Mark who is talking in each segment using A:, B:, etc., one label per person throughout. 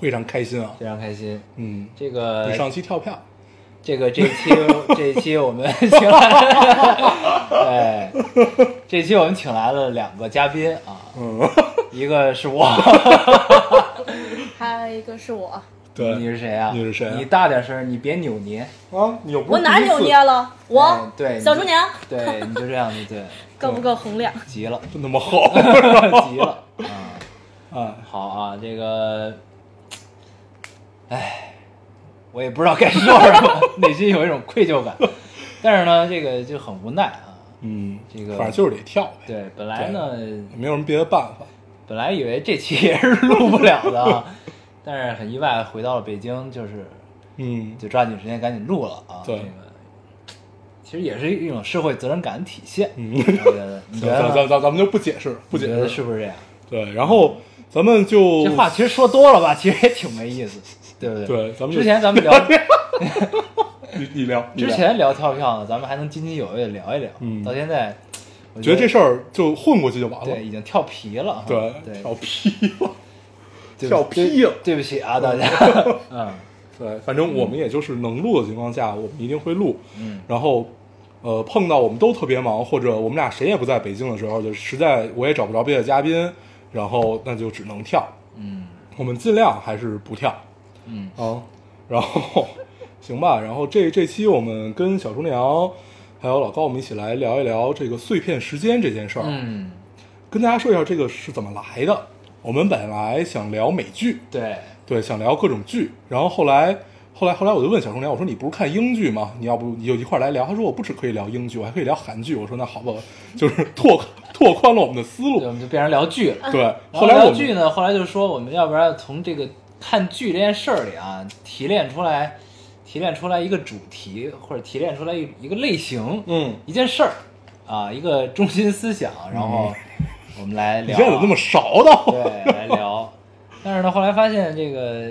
A: 非常开心啊！
B: 非常开心。
A: 嗯，
B: 这个
A: 比上期跳票，
B: 这个这一期这一期我们 请来，哎，这期我们请来了两个嘉宾啊，
A: 嗯，
B: 一个是 我，
C: 还有一个是我，
A: 对，
B: 你是谁啊？
A: 你是谁啊
B: 你大点声儿，你别扭捏。
A: 啊？你又不
C: 我
A: 是
C: 哪
A: 第一次
C: 扭捏？了？
B: 哎
C: 我
B: 对，
C: 小厨娘
B: 对，你就这样就对，
C: 够不够洪亮？
B: 急了，
A: 真他妈 好
B: 急了啊！
A: 啊！
B: 好啊，这个，哎，我也不知道该说什么，内心有一种愧疚感，但是呢，这个就很无奈啊。
A: 嗯，
B: 这个
A: 反正就是得跳呗，
B: 对，本来呢，
A: 没有什么别的办法。
B: 本来以为这期也是录不了的啊，但是很意外，回到了北京，就是
A: 嗯，
B: 就抓紧时间赶紧录了啊。
A: 对
B: 这个其实也是一种社会责任感的体现。
A: 嗯
B: 我觉 得，你觉
A: 咱咱
B: 得
A: 咱
B: 呢？
A: 咱咱们就不解释，不
B: 你
A: 解
B: 觉得
A: 释
B: 是不是这样？
A: 对，然后咱们就
B: 这话其实说多了吧，其实也挺没意思，对不对？
A: 哦对，咱们就
B: 之前咱们聊，
A: 你你聊，你
B: 之
A: 聊
B: 前聊跳票呢，咱们还能津津有味的聊一聊。
A: 嗯
B: 到现在，我
A: 觉得这事儿就混过去就完了
B: 对，已经跳皮了啊。
A: 对，
B: 对，
A: 跳屁了，
B: 对
A: 跳屁了
B: 对不起啊，大家。嗯
A: 对，反正我们也就是能录的情况下，我们一定会录。
B: 嗯，
A: 然后呃，碰到我们都特别忙，或者我们俩谁也不在北京的时候，就实在我也找不着别的嘉宾，然后那就只能跳。
B: 嗯
A: 我们尽量还是不跳
B: 嗯
A: 啊。然后行吧，然后这这期我们跟小厨娘还有老高，我们一起来聊一聊这个碎片时间这件事儿。
B: 嗯，
A: 跟大家说一下这个是怎么来的。我们本来想聊美剧，
B: 对，
A: 对，想聊各种剧。然后后来，后来，后来我就问小红娘，我说你不是看英剧吗？你要不你就一块儿来聊？她说我不只可以聊英剧，我还可以聊韩剧。我说那好吧， 就是拓拓宽了我们的思
B: 对，
A: 路。
B: 我们就变成聊剧了。
A: 对，
B: 然
A: 后
B: 后
A: 来我
B: 聊
A: 们
B: 剧呢，后来就说我们要不然从这个看剧这件事儿里啊，提炼出来，提炼出来一个主题，或者提炼出来一一个类型，
A: 嗯，
B: 一件事儿啊，一个中心思想，然后我们来
A: 嗯你
B: 聊啊。
A: 现在怎么那么勺叨？
B: 对，来聊。但是呢，后来发现这个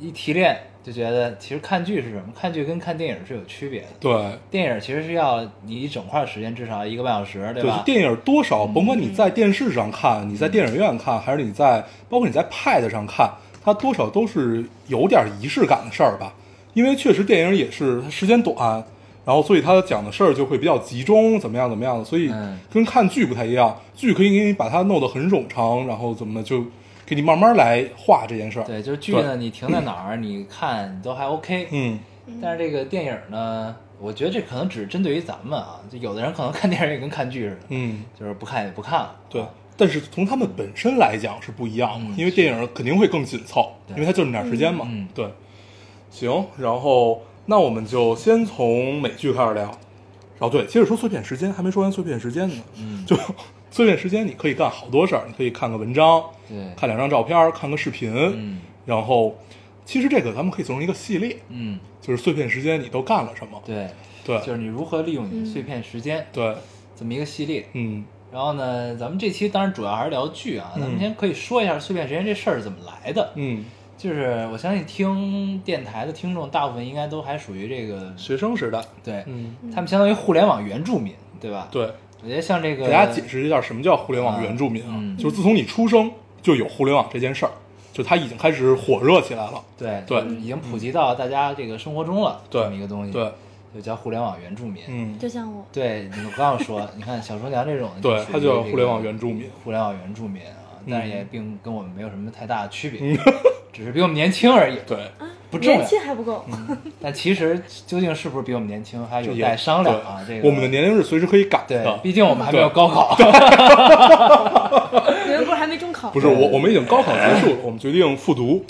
B: 一提炼，就觉得其实看剧是什么？看剧跟看电影是有区别的。
A: 对
B: 电影其实是要你一整块时间，至少一个半小时，
A: 对，
B: 吧？嗯
A: 就电影多少，甭管你在电视上看，你在电影院看，还是你在包括你在 Pad 上看，它多少都是有点仪式感的事儿吧。因为确实电影也是它时间短，然后所以它讲的事儿就会比较集中，怎么样怎么样的，所以
B: 嗯
A: 跟看剧不太一样。剧可以给你把它弄得很冗长，然后怎么就给你慢慢来画这件事儿。
B: 对，就是剧
A: 对
B: 呢，你停在哪儿，你看你都还 OK。
A: 嗯，
B: 但是这个电影呢，我觉得这可能只是针对于咱们啊，就有的人可能看电影也跟看剧似的，
A: 嗯，
B: 就是不看也不看了。
A: 对。但是从他们本身来讲是不一样的，
B: 嗯
A: 因为电影肯定会更紧凑，
B: 对
A: 因为它就那么点儿时间嘛。
B: 嗯
A: 对，行，然后那我们就先从美剧开始聊。哦，对，接着说碎片时间，还没说完碎片时间呢。
B: 嗯
A: 就碎片时间，你可以干好多事儿，你可以看个文章，
B: 对，
A: 看两张照片儿，看个视频，
B: 嗯
A: 然后其实这个咱们可以做成一个系列，
B: 嗯，
A: 就是碎片时间你都干了什么。
B: 对，
A: 对
B: 就是你如何利用你的碎片时间
A: 对，
B: 这么一个系列。
A: 嗯
B: 然后呢，咱们这期当然主要还是聊剧啊，咱
A: 嗯
B: 们先可以说一下碎片时间这事儿是怎么来的。
A: 嗯，
B: 就是我相信听电台的听众大部分应该都还属于这个，
A: 学生时代，
B: 对，
A: 嗯，
B: 他们相当于互联网原住民，对吧？，
A: 对，
B: 我觉得像这个
A: 给大家解释一下什么叫互联网原住民啊，
B: 嗯
A: 就是自从你出生就有互联网这件事儿，就它已经开始火热起来了。
B: 对
A: 对嗯
B: 就是已经普及到大家这个生活中了，
A: 对
B: 这么一个东西，
A: 对，
B: 就叫互联网原住民。
A: 嗯，
C: 就像我，
B: 对，你刚刚说，你看小厨娘这种，
A: 对，它叫互联网原
B: 住
A: 住民。
B: 互联网原住民啊，
A: 嗯
B: 但是也并跟我们没有什么太大的区别，只是比我们年轻而已，
A: 对，
B: 不重
C: 年
B: 要。
C: 纪还不嗯够，
B: 但其实究竟是不是比我们年轻，还有
A: 也
B: 待商量啊。这
A: 对
B: 个
A: 我们的年龄是随时可以改
B: 对，
A: 的。
B: 毕竟我们还没有
A: 对
B: 高考。
C: 你们不是还没中考？
A: 不是我，我们已经高考结束了，我们决定复读。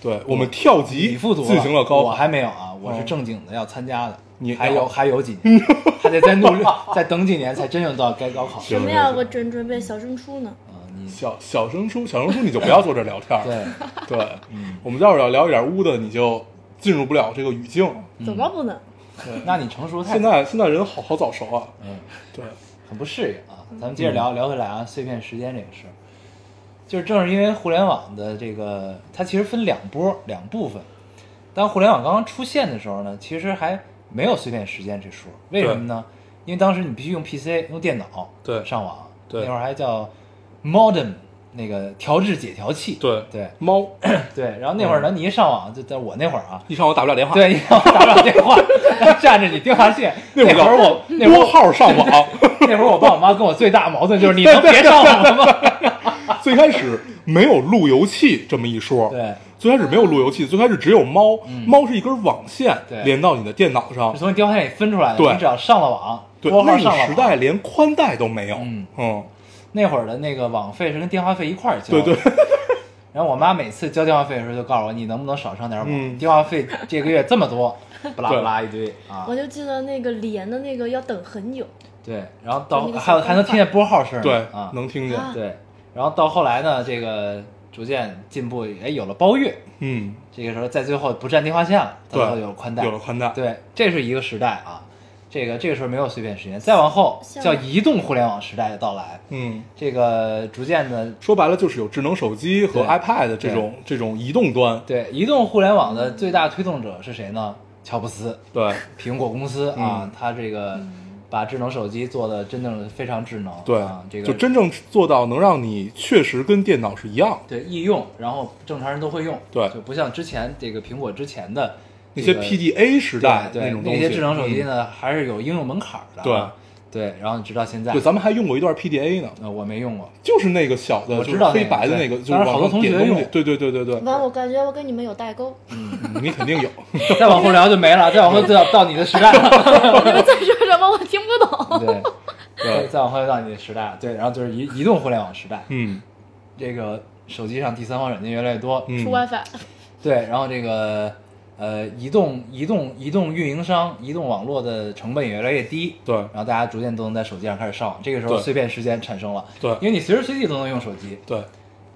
A: 对，我们跳级
B: 你复读
A: 进行了高
B: 我
A: 考。哦
B: 还没有啊，我是正经的要参加的。
A: 你
B: 还有 还有几年，还得再努力，再等几年才真正到该高考。
C: 什么呀？我准准备小升初呢。
B: 啊，你
A: 小小升初，小升初你就不要坐这儿聊天儿。
B: 对，嗯
A: 对，我们待会儿要聊一点污的，你就进入不了这个语境。
C: 怎么不能？
B: 对，那你成熟太
A: 现在现在人好好早熟啊，
B: 嗯，
A: 对，
B: 很不适应啊。咱们接着
A: 嗯
B: 聊、聊回来啊，碎片时间这个事儿，就是正是因为互联网的这个，它其实分两波两部分。当互联网刚刚出现的时候呢，其实还没有碎片时间这说，为什么呢？因为当时你必须用 PC 用电脑
A: 对
B: 上网，
A: 对
B: 那会儿还叫 modem 那个调制解调器，
A: 对嗯
B: 对
A: 猫
B: 对。然后那会儿呢，你一上网就在我那会儿 啊，
A: 一上我打不了电话，
B: 对，要打不了电话，然后站着你电话线。 那
A: 会
B: 会儿我 那会儿
A: 拨
B: 我
A: 号上网，
B: 那会儿我爸我妈跟我最大矛盾就是你能别上网 了吗？
A: 最开始没有路由器这么一说，
B: 对，嗯
A: 最开始没有路由器，最开始只有猫，猫是一根网线
B: 对
A: 连到你的电脑上
B: 是，从电话线里分出来的，
A: 对
B: 你只要上了网，
A: 对，
B: 拨
A: 那
B: 号
A: 个
B: 上了
A: 时代
B: 网。
A: 连宽带都没有，
B: 嗯
A: 嗯，
B: 那会儿的那个网费是跟电话费一块儿交
A: 对
B: 的。
A: 对，
B: 然后我妈每次交电话费的时候就告诉我，你能不能少上点网？
A: 嗯
B: 电话费这个月这么多，不拉不
A: 对
B: 拉一堆啊
C: 我。就记得那个连的那个要等很久，
B: 对，然后到
C: 就那个
B: 还有
C: 小
B: 还能
C: 方
B: 听见拨号声儿呢，
A: 对，
B: 啊，
A: 能听见，
C: 啊
B: 对。然后到后来呢，这个逐渐进步，哎，有了包月，
A: 嗯，
B: 这个时候在最后不占电话线了，
A: 对
B: 到最后有了宽带，
A: 有了宽带，
B: 啊对，这是一个时代啊。这个这个时候没有碎片时间，再往后
C: 像
B: 叫移动互联网时代的到来，
A: 嗯，
B: 这个逐渐的，
A: 说白了就是有智能手机和
B: 对
A: iPad 这种这种移动端，
B: 对移动互联网的最大推动者是谁呢？乔布斯，
A: 对
B: 苹果公司啊，
A: 嗯
B: 他这个把智能手机做的真正的非常智能，
A: 对
B: 啊，，这个
A: 就真正做到能让你确实跟电脑是一样，
B: 对易用，然后正常人都会用，
A: 对
B: 就不像之前这个苹果之前的
A: 那些
B: 这个
A: PDA 时代
B: 对对
A: 种东
B: 那
A: 西，
B: 些智能手机
A: 嗯，
B: 呢，还是有应用门槛儿的啊，对对，然后直到现在
A: 对，，咱们还用过一段 PDA 呢。
B: 呃，我没用过，
A: 就是那个小的，
B: 我
A: 就
B: 知
A: 是
B: 道那个
A: 黑白的那个，
B: 对
A: 就是
B: 当然好
A: 往上
B: 多同学
A: 点东西
B: 用
A: 对对对对对，
C: 完我感觉我跟你们有代沟，
A: 嗯你肯定 有。
B: 再往后聊就没了，再往后就要到你的时代了。
C: 你们在说什么我听不懂。
B: 对，对，再往后就到你的时代了。对，然后就是移移动互联网时代，
A: 嗯
B: 这个手机上第三方软件越来越多。
A: 嗯
C: 出 WiFi，
B: 对，然后这个呃，移动移动移动运营商、移动网络的成本也越来越低。
A: 对
B: 然后大家逐渐都能在手机上开始上网，这个时候
A: 对
B: 碎片时间产生了。
A: 对
B: 因为你随时随地都能用手机。
A: 对，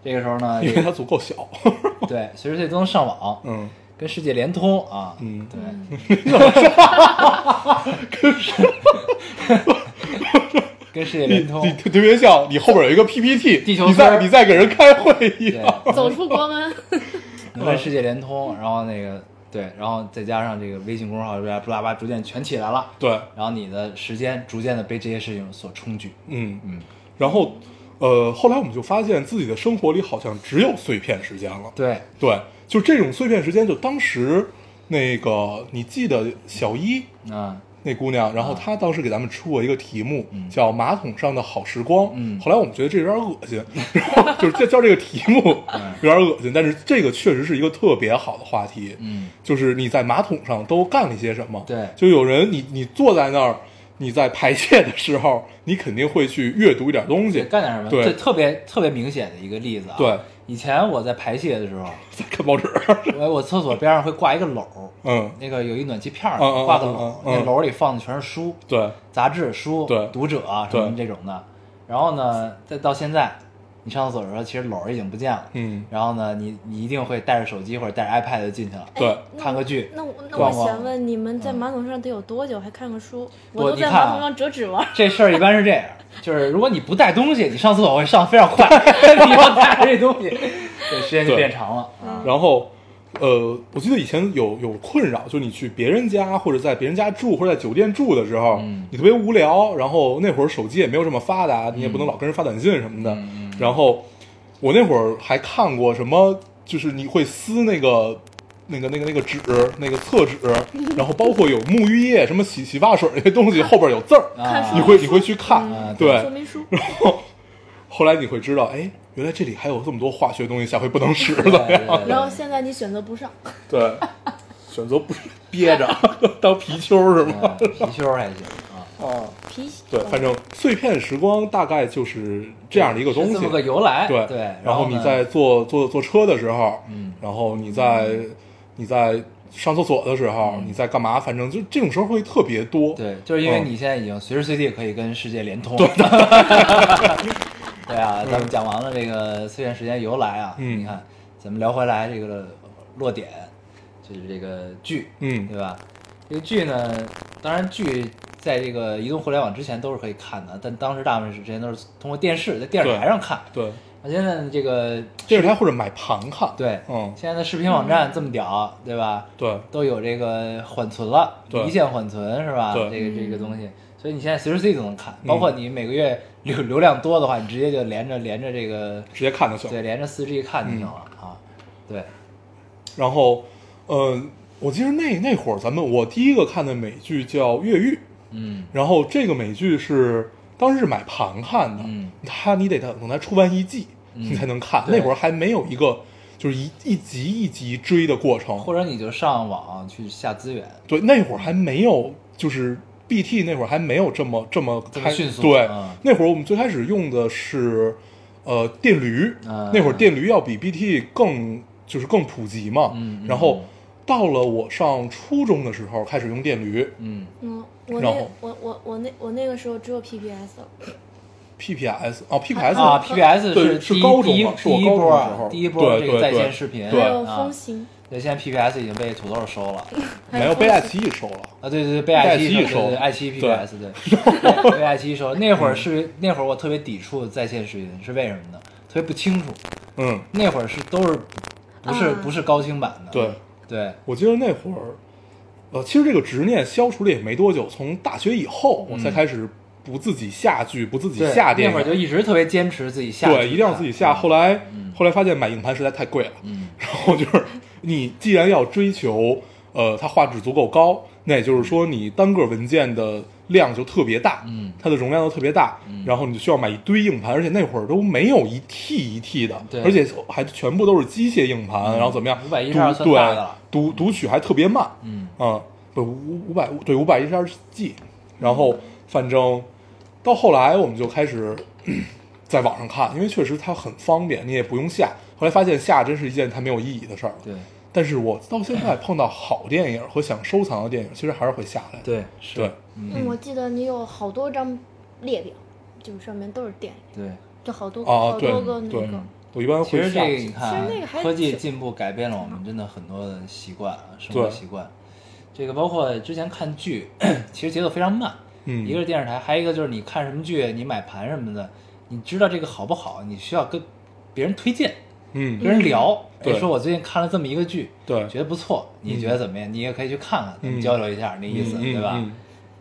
B: 这个时候呢，
A: 因
B: 这
A: 为
B: 个
A: 它足够小。
B: 哎对，随时随地都能上网，
A: 嗯
B: 跟世界联通啊。
A: 嗯，
B: 对，跟世界
A: 你
B: 联通，
A: 你特别像你后边有一个 PPT，
B: 地球
A: 你
B: 村
A: 在
B: 儿
A: 你在给人开会一
B: 对
A: 样。，
C: 走出国门，
B: 能跟世界联通，然后那个对，然后再加上这个微信公众号，巴拉巴拉巴逐渐全起来了，
A: 对，
B: 然后你的时间逐渐的被这些事情所充聚。
A: 嗯
B: 嗯，
A: 然后呃，后来我们就发现自己的生活里好像只有碎片时间了。
B: 对，
A: 对，就这种碎片时间，就当时那个你记得小一
B: 啊，
A: 那姑娘，然后她当时给咱们出过一个题目，叫《马桶上的好时光》。
B: 嗯
A: 后来我们觉得这有点恶心，然后就是这叫这个题目
B: 嗯
A: 有点恶心，但是这个确实是一个特别好的话题。
B: 嗯，
A: 就是你在马桶上都干了些什么？
B: 对
A: 就有人你你坐在那儿，你在排泄的时候，你肯定会去阅读一点东西
B: 得，干点什么？
A: 对
B: 这特别特别明显的一个例子啊。
A: 对，
B: 以前我在排泄的时候，
A: 在看报纸。
B: 我我厕所边上会挂一个篓儿，
A: 嗯，
B: 那个有一暖气片儿，
A: 嗯嗯
B: 挂个篓
A: 嗯
B: 儿，
A: 嗯
B: 那
A: 嗯
B: 篓儿里放的全是书。
A: 对，
B: 杂志、书、
A: 对
B: 读者啊什
A: 对
B: 么这种的。然后呢，再到现在，你上厕所的时候，其实篓儿已经不见了。
A: 嗯
B: 然后呢，你你一定会带着手机或者带着 iPad 就进去了，
A: 对
B: 看个剧。
C: 那我那
B: 逛
C: 我
B: 逛
C: 想问你们在马桶上得有多久还看个书？
B: 我
C: 我都
B: 你
C: 在
B: 看啊
C: 马桶上折纸玩儿。
B: 这事儿一般是 这样，就是如果你不带东西，你上厕所会上非常快，你要带着这东西，对，时间就
A: 对
B: 变长了
C: 嗯
B: 啊。
A: 然后，呃，我记得以前有有困扰，就是你去别人家或者在别人家住或者在酒店住的时候，
B: 嗯
A: 你特别无聊，然后那会儿手机也没有这么发达，你也不能老跟人发短信什么的。
B: 嗯
A: 然后我那会儿还看过什么，就是你会撕那个。那个、那个、那个纸，那个厕 纸，然后包括有沐浴液、什么洗洗发水这些东西，后边有字儿，
B: 啊
A: 你会你会去看，
B: 啊
A: 对，
C: 说明书，
A: 后来你会知道，哎，原来这里还有这么多化学东西，下回不能使
B: 对
A: 了。
B: 对对
C: 然后现在你选择不上，
A: 对，选择不憋着 当皮丘是吗？
B: 对啊貔貅还行啊，
A: 啊，
C: 皮
A: 对，反正碎片时光大概就是这样的一个东
B: 是
A: 西
B: 这。么个由来。
A: 对
B: 对，
A: 然后
B: 呢
A: 你在坐坐坐车的时候，
B: 嗯
A: 然后你在你在上厕所的时候，你在干嘛？反正就这种时候会特别多。
B: 嗯对，就是因为
A: 嗯
B: 你现在已经随时随地可以跟世界联通。 对啊，咱们讲完了这个碎片时间由来啊，
A: 嗯
B: 你看，咱们聊回来这个落点，就就是这个剧，
A: 嗯
B: 对吧？这个剧呢，当然剧在这个移动互联网之前都是可以看的，但当时大部分时间都是通过电视在电视台上看。
A: 对，
B: 那现在这个
A: 电视台或者买盘看，
B: 对，
A: 嗯
B: 现在的视频网站这么屌，对吧？
A: 对，
B: 都有这个缓存了，
A: 对
B: 离线缓存是吧？
A: 对嗯
B: 这个这个东西，所以你现在随时随地都能看，包括你每个月流流量多的话，你直接就连着连着这个，
A: 直接看就行。
B: 对，连着四 G 看就行了、啊。
A: 嗯
B: 对，
A: 然后，呃，我记得那那会儿咱们我第一个看的美剧叫《越狱》，
B: 嗯
A: 然后这个美剧是当时是买盘看的，
B: 嗯
A: 它你得等它出完一季、
B: 嗯
A: 你才能看，
B: 对
A: 那会儿还没有一个就是一一集一集追的过程，
B: 或者你就上网去下资源，
A: 对，那会儿还没有就是 BT 那会儿还没有这么这么
B: 这么
A: 开
B: 迅速
A: 对
B: 嗯，
A: 那会儿我们最开始用的是呃电驴，
B: 嗯
A: 那会儿电驴要比 BT 更就是更普及嘛
B: 嗯嗯，
A: 然后到了我上初中的时候开始用电驴
B: 嗯，
C: 嗯，我
A: 然
C: 那
A: 后
C: 我我我那我那个时候只有 PPS 了，
A: ，PPS 啊 PPS
B: 啊，PPS
A: 对
B: 是
A: 是
B: 第一
A: 高中
B: 第一
A: 嘛是我
B: 第一
A: 高中
B: 波
A: 的时候
B: 第一波这
A: 对
B: 个
A: 对
B: 在线
A: 对
B: 视频，
A: 对
C: 还有
B: 啊
C: 风，行，
B: 对，现在 PPS 已经被土豆收了。
C: 还
A: 没有
C: 风
A: 被
C: 行
A: 爱奇艺收了，
B: 啊，对对对，被
A: 被
B: 爱
A: 爱
B: 奇
A: 奇
B: 艺
A: 艺收
B: 对对爱奇艺
A: 对嗯
B: PBS 对，被被爱奇 艺收。那会儿是那会儿我特别抵触在线视频，是为什么呢？特别不清楚。
A: 嗯，
B: 那会儿是都是不是
C: 啊
B: 不是高清版的？
A: 对，
B: 对，
A: 我记得那会儿，呃，其实这个执念消除了也没多久，从大学以后我才
B: 嗯
A: 开始不自己下剧，不自己
B: 对
A: 下电
B: 那
A: 影
B: 会儿。就一直特别坚持自己下，
A: 对，一定要自己下。后
B: 来，
A: 来、后来发现买硬盘实在太贵了，
B: 嗯，
A: 然后就是你既然要追求呃它画质足够高，那也就是说你单个文件的量就特别大，
B: 嗯
A: 它的容量都特别大，然后你就需要买一堆硬盘，而且那会儿都没有一 T 一 T 的
B: 对，嗯
A: 而且还全部都是机械硬盘，然后怎么样，
B: 512
A: 读
B: 算大的
A: 对
B: 了
A: 读读取还特别慢，
B: 嗯
A: 啊，不五五百对五百一十二 G，然后反正到后来我们就开始在网上看，因为确实它很方便，你也不用下。后来发现下真是一件它没有意义的事儿。
B: 对
A: 但是我到现在碰到好电影和想收藏的电影，其实还是会下来的。
B: 对
A: 对
C: 嗯，我记得你有好多张列表，就是上面都是电影，
B: 对。
C: 就好多、
A: 啊，
C: 好
A: 对
C: 多个那
A: 对
C: 个。，
A: 我一般
B: 其
A: 会
B: 实这
A: 下
B: 个。你看啊
C: 其实那个，还
B: 科技进步改变了我们真的很多的习惯啊，生活
A: 对
B: 习惯。这个包括之前看剧， 其实节奏非常慢，
A: 嗯
B: 一个是电视台，还有一个就是你看什么剧，你买盘什么的，你知道这个好不好，你需要跟别人推荐，
A: 嗯，
B: 跟人聊，
A: 对
B: 哎说我最近看了这么一个剧，
A: 对
B: 觉得不错，你觉得怎么样？你也可以去看看，咱们
A: 嗯
B: 交流一下，那意思
A: 嗯
B: 对吧
A: 嗯嗯？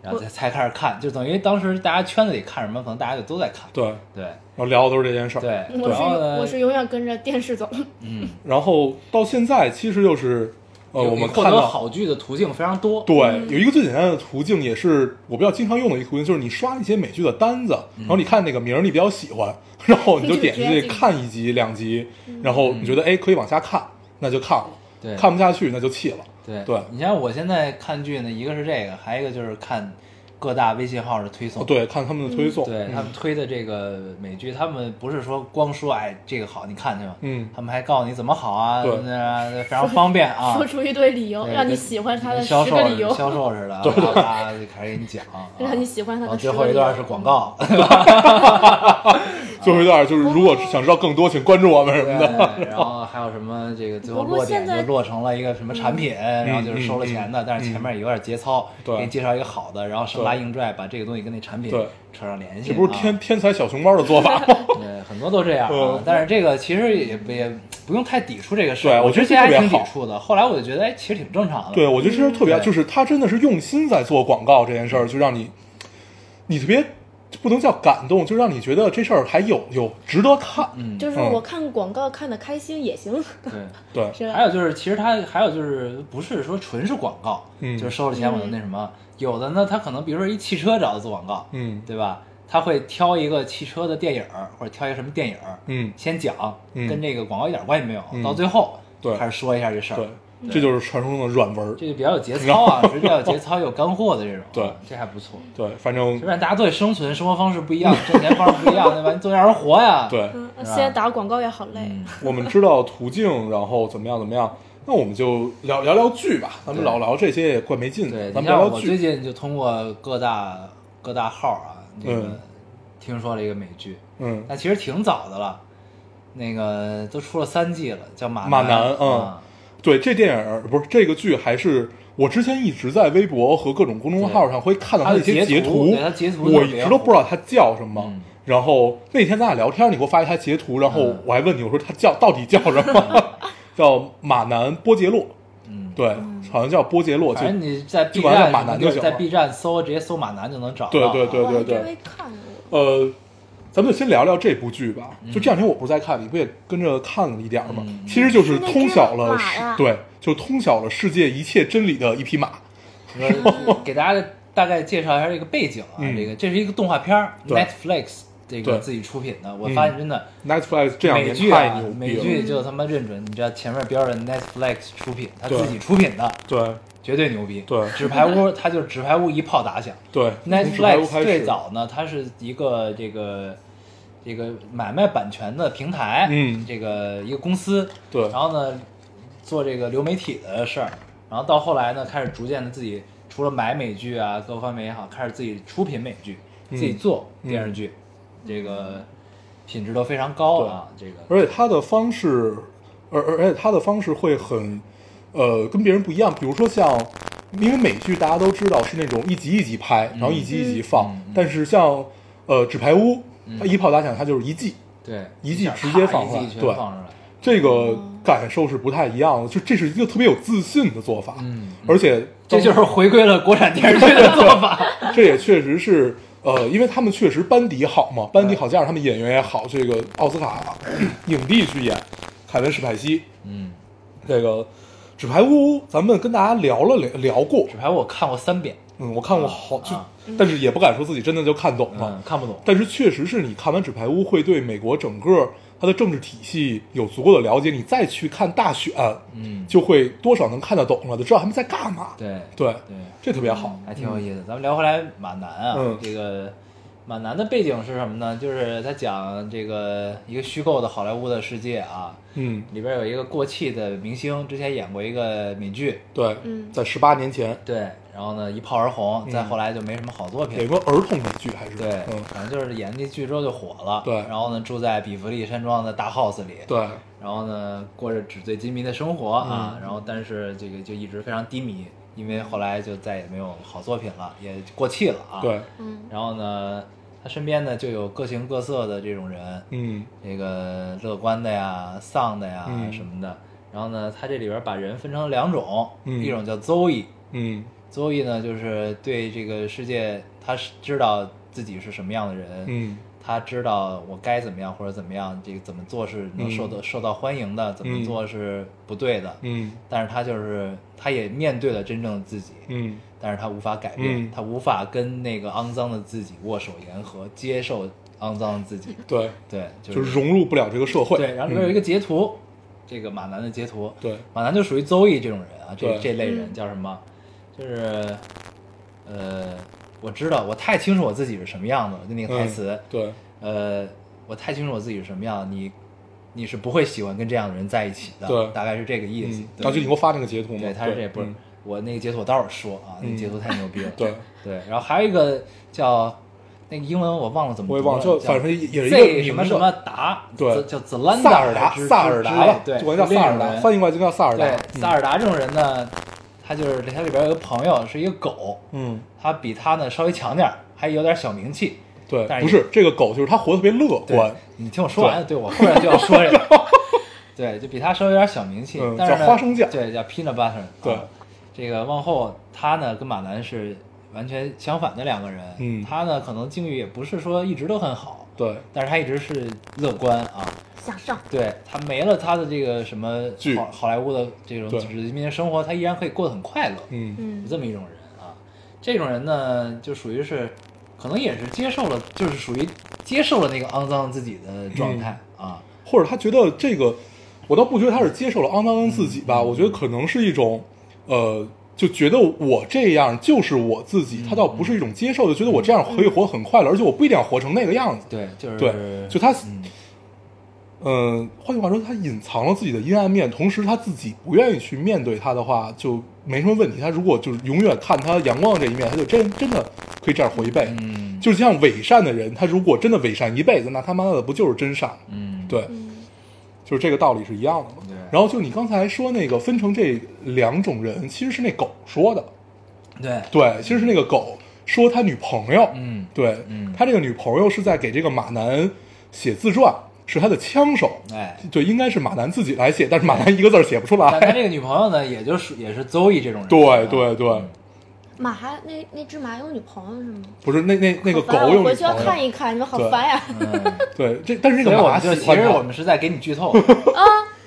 B: 然后才才开始看，就等于当时大家圈子里看什么，可能大家就都在看，
A: 对，然后
B: 对
A: 聊的都是这件事儿。
B: 对。
C: 我
B: 然后
C: 是
B: 呢
C: 我是永远跟着电视走，
B: 嗯，
A: 然后到现在，其实就是呃，
B: 有
A: 我
B: 你
A: 们
B: 获
A: 看
B: 得
A: 到
B: 好剧的途径非常多，
A: 对，有一个最简单的途径，也是我比较经常用的一个途径，就是你刷一些美剧的单子，
B: 嗯
A: 然后你看哪个名儿你比较喜欢，然后 你就点进去看一集两集，
B: 嗯
A: 然后你觉得哎可以往下看，那就看了，
B: 对
A: 看不下去那就弃了。
B: 对
A: 对
B: 你像我现在看剧呢，一个是这个，还有一个就是看各大微信号的推送。
A: 哦，对，看他们的推送，
B: 嗯
A: 哦
B: 对他们推的这个美剧，他们不是说光说哎这个好，你看去吧，
A: 嗯
B: 他们还告诉你怎么好啊，
A: 对
B: 对，非常方便啊
C: 说，出一堆理由，
B: 对
C: 让你
B: 跟
C: 喜欢他的
B: 跟
C: 十
B: 销售
C: 个理由，
B: 销售似的啊，啪啪就开始给你讲，啊
C: 让你喜欢他
B: 然
C: 的
B: 后最
C: 十
B: 后
C: 个
B: 一
C: 理由嗯
B: 段是广告，
A: 最后一段就是如果想知道更多，请关注我们什 么的。
B: 对，啊然后还有什么这个最后
C: 不过
B: 落点
C: 现在嗯
B: 就落成了一个什么产品，然后就是收了钱的，但是前面有点节操，
A: 嗯对
B: 给你介绍一个好的，然后生拉硬拽把这个东西跟那产品
A: 对
B: 扯上联系，
A: 这不是天
B: 啊，
A: 天才小熊猫的做法 吗？
B: 对，很多都这样啊
A: 嗯。
B: 但是这个其实也不也不用太抵触这个事儿，
A: 对
B: 我
A: 我觉
B: 之
A: 得
B: 前还
A: 这
B: 挺
A: 特别
B: 抵
A: 好
B: 触的，后来我就觉得哎，其实挺正常的，
A: 对，，我觉得这是特别，
B: 对
A: 就是他真的是用心在做广告这件事儿，就让你，你特别不能叫感动，就让你觉得这事儿还有有值得看。
B: 嗯，
C: 就是
A: 嗯
C: 我看广告看的开心也行，
B: 对。
A: 对，
C: 是吧？
B: 还有就是，其实它还有就是，不是说纯是广告，
A: 嗯
B: 就是收了钱我就那什么。有的呢，他可能比如说一汽车找他做广告，
A: 嗯
B: 对吧？他会挑一个汽车的电影儿或者挑一个什么电影儿，
A: 嗯
B: 先讲，
A: 嗯
B: 跟这个广告一点关系没有，
A: 嗯
B: 到最后
A: 对
B: 开始说一下这事儿，
A: 对，这就是传说中的软文儿。
B: 这就比较有节 操啊，是比较有节操、有干货的这种，
A: 对，
B: 这还不错。
A: 对，反正
B: 虽然大家对生存生活方式不一样，挣钱方式不一样，对吧？你总要人活呀，，
A: 对
C: 嗯，
B: 是
C: 现
B: 吧
C: 在打广告也好累，
B: 嗯，
A: 我们知道途径，然后怎么样怎么样，那我们就聊聊聊剧吧。咱们
B: 对
A: 老聊这些也怪没劲
B: 对。
A: 的，咱们
B: 你
A: 聊
B: 像
A: 聊
B: 我
A: 剧。
B: 最近就通过各大各大号啊，这个、
A: 嗯
B: 听说了一个美剧，
A: 嗯，
B: 但其实挺早的了，那个都出了三季了，叫《马
A: 马
B: 男
A: 男》嗯
B: 啊
A: 对，这电影儿不是这个剧，还是我之前一直在微博和各种公众号上会看到
B: 它
A: 它
B: 的
A: 的一些
B: 截图
A: 图
B: 对它截图
A: 我
B: 特
A: 一
B: 别
A: 直都
B: 火
A: 不知道它叫什么。
B: 嗯
A: 然后那天咱俩聊天，你给我发一他截图，然后
B: 嗯
A: 我还问你，我说他叫到底叫什 么？叫马南波杰洛，
B: 嗯，
A: 对，好像叫波杰洛，就
B: 反正你在 B
A: 就完了
B: 站
A: 马男就行了
B: 在 B 站搜，直接搜马男就能找到。
A: 对对对
C: 我还
A: 对
C: 真
A: 对
C: 没。看过。
A: 呃，咱们就先聊聊这部剧吧。就这两天我不是在看，你不也跟着看了一点儿吗？
B: 嗯
A: 其实就是
C: 是那只
A: 通晓了
C: 马
A: 世，
C: 呀
A: 对，就通晓了世界一切真理的一匹马。
B: 我给大家大概介绍一下这个背景啊，
A: 嗯
B: 这个这是一个动画片儿
A: 对
B: ，Netflix 这个
A: 对
B: 自己出品的。我
A: 嗯
B: 发现真的
A: Netflix 这两
B: 美
A: 年
B: 剧
A: 太
B: 啊
A: 牛，逼
B: 美
A: 了，
B: 剧就他妈认准，你知道前面标着 Netflix 出品，他
A: 对
B: 自己出品的，
A: 对
B: 绝对牛逼。
A: 对
B: 纸牌屋它就是纸牌屋一炮打响。
A: 对， 从纸牌屋
B: Netflix
A: 开
B: 最
A: 始，
B: 早呢，它是一个这个这个买卖版权的平台，
A: 嗯
B: 这个一个公司，
A: 对
B: 然后呢做这个流媒体的事儿，然后到后来呢，开始逐渐的自己除了买美剧啊各方面也好，开始自己出品美剧，
A: 嗯
B: 自己做电视剧，这个品质都非常高啊，这个
A: 而且他的方式，而而而且他的方式会很，呃，跟别人不一样。比如说像，因为美剧大家都知道是那种一集一集拍，然后一集
B: 嗯
A: 一集放，但是像呃《纸牌屋》它一炮打响，它就是一季，
B: 对
A: 一季
B: 下
A: 直接
B: 啪
A: 放
B: 一
A: 出来
B: 季全
A: 对
B: 放出来，
A: 这个感受是不太一样的。就这是一个特别有自信的做法，
B: 嗯
A: 而且
B: 这
A: 当
B: 就是回归了国产电视剧的做法。
A: 这也确实是，呃，因为他们确实班底好嘛，班底好，加上他们演员也好，这个奥斯卡影帝去演凯文史派西，
B: 嗯，
A: 这个《纸牌屋》，咱们跟大家聊了聊聊过
B: 纸，牌屋我看过三遍，
A: 嗯，我看过好，就、
B: 啊
A: 但是也不敢说自己真的就看懂了，
B: 嗯，看不懂。
A: 但是确实是你看完《纸牌屋》会对美国整个它的政治体系有足够的了解，你再去看大选，
B: 嗯，
A: 就会多少能看得懂了，就知道他们在干嘛，
B: 对
A: 对，
B: 对，
A: 这特别好，
B: 还挺有意思。咱们聊回来马南啊，
A: 嗯
B: 这个马南的背景是什么呢？就是他讲这个一个虚构的好莱坞的世界啊，
A: 嗯，
B: 里边有一个过气的明星，之前演过一个美剧，
A: 对，
C: 嗯
A: 在十八年前。
B: 对，然后呢一炮而红，再后来就嗯没什么好作品。
A: 美国儿童美剧还是
B: 对
A: 嗯，，
B: 反正就是演那剧之后就火了。
A: 对
B: 然后呢，住在比弗利山庄的大 house 里。
A: 对，
B: 然后呢，过着纸醉金迷的生活
A: 嗯
B: 啊，然后但是这个就一直非常低迷，因为后来就再也没有好作品了，也过气了啊。
A: 对，
C: 嗯，
B: 然后呢，他身边呢就有各形各色的这种人，
A: 嗯，
B: 这个乐观的呀、丧的呀、
A: 嗯
B: 什么的。然后呢，他这里边把人分成两种，
A: 嗯
B: 一种叫 Zoe，
A: 嗯，
B: Zoe 呢就是对这个世界，他是知道自己是什么样的人，
A: 嗯，
B: 他知道我该怎么样或者怎么样，这个怎么做是能受到、受到欢迎的，怎么
A: 嗯
B: 做是不对的。
A: 嗯，
B: 但是他就是他也面对了真正的自己，
A: 嗯，
B: 但是他无法改变，
A: 嗯
B: 他无法跟那个肮脏的自己握手言和，接受肮脏的自 己，
A: 对，
B: 对，就
A: 就是融入不了这个社会。嗯
B: 对。然后里面有一个截图，这个马南的截图，
A: 对
B: 马南就属于邹毅这种人啊，这
A: 对
B: 这类人
C: 嗯
B: 叫什么？就是，呃，我知道，我太清楚我自己是什么样子了，就那
A: 嗯
B: 个台词，
A: 对，
B: 呃，我太清楚我自己是什么样，你你是不会喜欢跟这样的人在一起的，
A: 对
B: 大概是这个意思
A: 嗯。，
B: 对
A: 当时你给我发那个截图吗？
B: 对，他是这不是
A: 嗯
B: 我那个解锁，待会儿说啊，那个解锁太牛逼了。
A: 对
B: 对，然后还有一个叫那个英文我忘了怎么读
A: 我
B: 了，
A: 也忘了，就
B: 叫
A: 反正也是一
B: Z
A: 个
B: 嗯什么
A: 名
B: 什
A: 字
B: 么达，
A: 对
B: 叫紫兰
A: 萨尔
B: 达
A: 达，
B: 之
A: 萨尔达
B: 之类
A: 吧，
B: 对，
A: 就管他叫萨尔达，翻
B: 译
A: 译过来就叫萨尔达。嗯
B: 对萨尔达这种人呢，他就是他里边有个朋友是一个狗，
A: 嗯，
B: 他比他呢稍微强点儿，还有点小名气。
A: 对
B: 但，是
A: 不是这个狗，就是它活得特别乐
B: 对
A: 观，，
B: 你听我说完，对我后面就要说 这个，对，就比他稍微有点小名气，
A: 嗯
B: 但是呢
A: 叫花生酱
B: 对，叫 peanut butter，
A: 对
B: 啊这个往后他呢跟马南是完全相反的两个人，
A: 嗯
B: 他呢可能境遇也不是说一直都很好，
A: 对，
B: 但是他一直是乐观啊，
C: 向上，
B: 对他没了他的这个什么
A: 剧
B: 好好莱坞的这种
A: 对
B: 殖民生活，他依然可以过得很快乐，
A: 嗯，
C: 嗯
B: 有这么一种人啊，这种人呢，就属于是，可能也是接受了，就是属于接受了那个肮脏自己的状态、啊，
A: 或者他觉得这个，我倒不觉得他是接受了肮脏的自己
B: 嗯
A: 吧，我觉得可能是一种，呃。就觉得我这样就是我自己，他倒不是一种接受的，觉得我这样可以活得很快乐，而且我不一定要活成那个样子。
B: 对，就是
A: 对，就他
B: 嗯，
A: 嗯，换句话说，他隐藏了自己的阴暗面，同时他自己不愿意去面对他的话，就没什么问题。他如果就是永远看他阳光的这一面，他就真真的可以这样活一辈子。
B: 嗯
A: 就是像伪善的人，他如果真的伪善一辈子，那他妈的不就是真善吗？
B: 嗯，
A: 对，就是这个道理是一样的嘛。
B: 对，
A: 然后就你刚才说那个分成这两种人，其实是那狗说的，
B: 对，
A: 对，其实是那个狗说他女朋友，
B: 嗯
A: 对，
B: 嗯
A: 他这个女朋友是在给这个马南写自传，是他的枪手，
B: 哎，
A: 对，应该是马南自己来写，但是马南一个字儿写不出来
B: 但，他这个女朋友呢，也就是也是邹毅这种人，
A: 啊对
B: 啊
A: 对对，
C: 马还那那只马有女朋友是吗？
A: 不是那那那个
C: 好烦啊
A: 狗有
C: 我
A: 女
C: 回去要
A: 朋
C: 看
A: 友，
C: 一看，你们好
A: 对
C: 烦呀、
B: 嗯，
A: 对，这但是这
B: 所以
A: 个
B: 我
A: 马
B: 们就
A: 喜
B: 其
A: 欢
B: 实
A: 他
B: 我们是在给你剧透，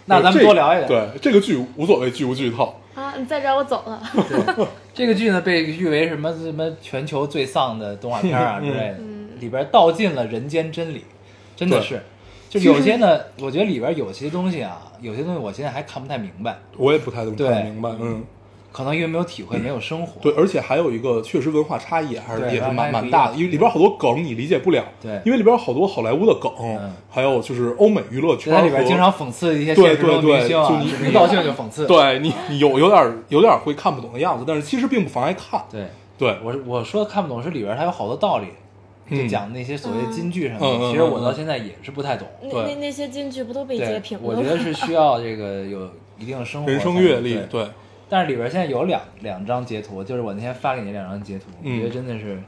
B: 那
A: 对
B: 咱们
A: 这
B: 多聊一聊。
A: 对，这个剧无所谓剧不剧透，
C: 啊！你再这样我走了。
B: 这个剧呢，被誉为什么什么全球最丧的动画片啊
A: 嗯
B: 之类的，里边道尽了人间真理，真的
A: 对
B: 是。就是
A: 其实
B: 有些呢，我觉得里边有些东西啊，有些东西我现在还看不太明白，
A: 我也不太懂
B: 对
A: 看明白，嗯，
B: 可能因为没有体会，没有生活。
A: 对，而且还有一个确实文化差异还是
B: 对
A: 也是
B: 文化
A: 蛮
B: 差异
A: 蛮大的，因为里边好多梗你理解不了，
B: 嗯对嗯
A: 因为里边好多好莱坞的梗，还有就是欧美娱乐
B: 就
A: 圈
B: 在里边
A: 和
B: 经常讽刺一些
A: 对
B: 现实中的
A: 对对
B: 明星啊，
A: 就你
B: 什么一高兴就讽刺。
A: 对你你有有点儿有点儿会看不懂的样子，但是其实并不妨碍看，
B: 对，
A: 对，
B: 我我说看不懂是里边它有好多道理，就
A: 嗯
B: 讲那些所谓金句什么
A: 嗯嗯
B: 的，
A: 嗯
B: 其实我到现在也是不太懂。
C: 那
A: 对
C: 那那些金句不都被截
B: 对
C: 屏，
B: 我
C: 了 吗？
B: 觉得是需要这个有一定的生活
A: 人生
B: 才能
A: 阅历，
B: 对
A: 对，
B: 但是里边现在有两两张截图，就是我那天发给你两张截图，
A: 嗯
B: 我觉得真的是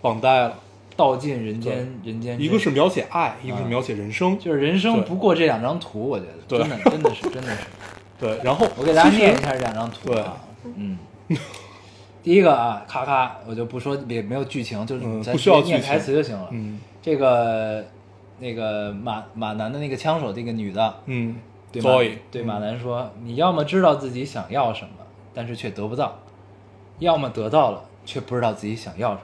A: 棒呆了。
B: 道尽人间人间真理。
A: 一个是描写爱，一个是描写人生，
B: 就是人生
A: 对
B: 不过这两张图，我觉得
A: 对
B: 真的真 的是真的是。
A: 对。然后
B: 我给大家
A: 其实
B: 念一下这两张图啊， 嗯。第一个啊，咔咔，我就不说，也没有剧情，就是
A: 嗯
B: 咱
A: 不需要
B: 直接念
A: 剧情
B: 台词就行了。
A: 嗯
B: 这个那个马马南的那个枪手，这个女的，
A: 嗯
B: 对马
A: ，Zoe，
B: 对马南说：“你要么知道自己想要什么，但是却得不到；要么得到了，却不知道自己想要什么。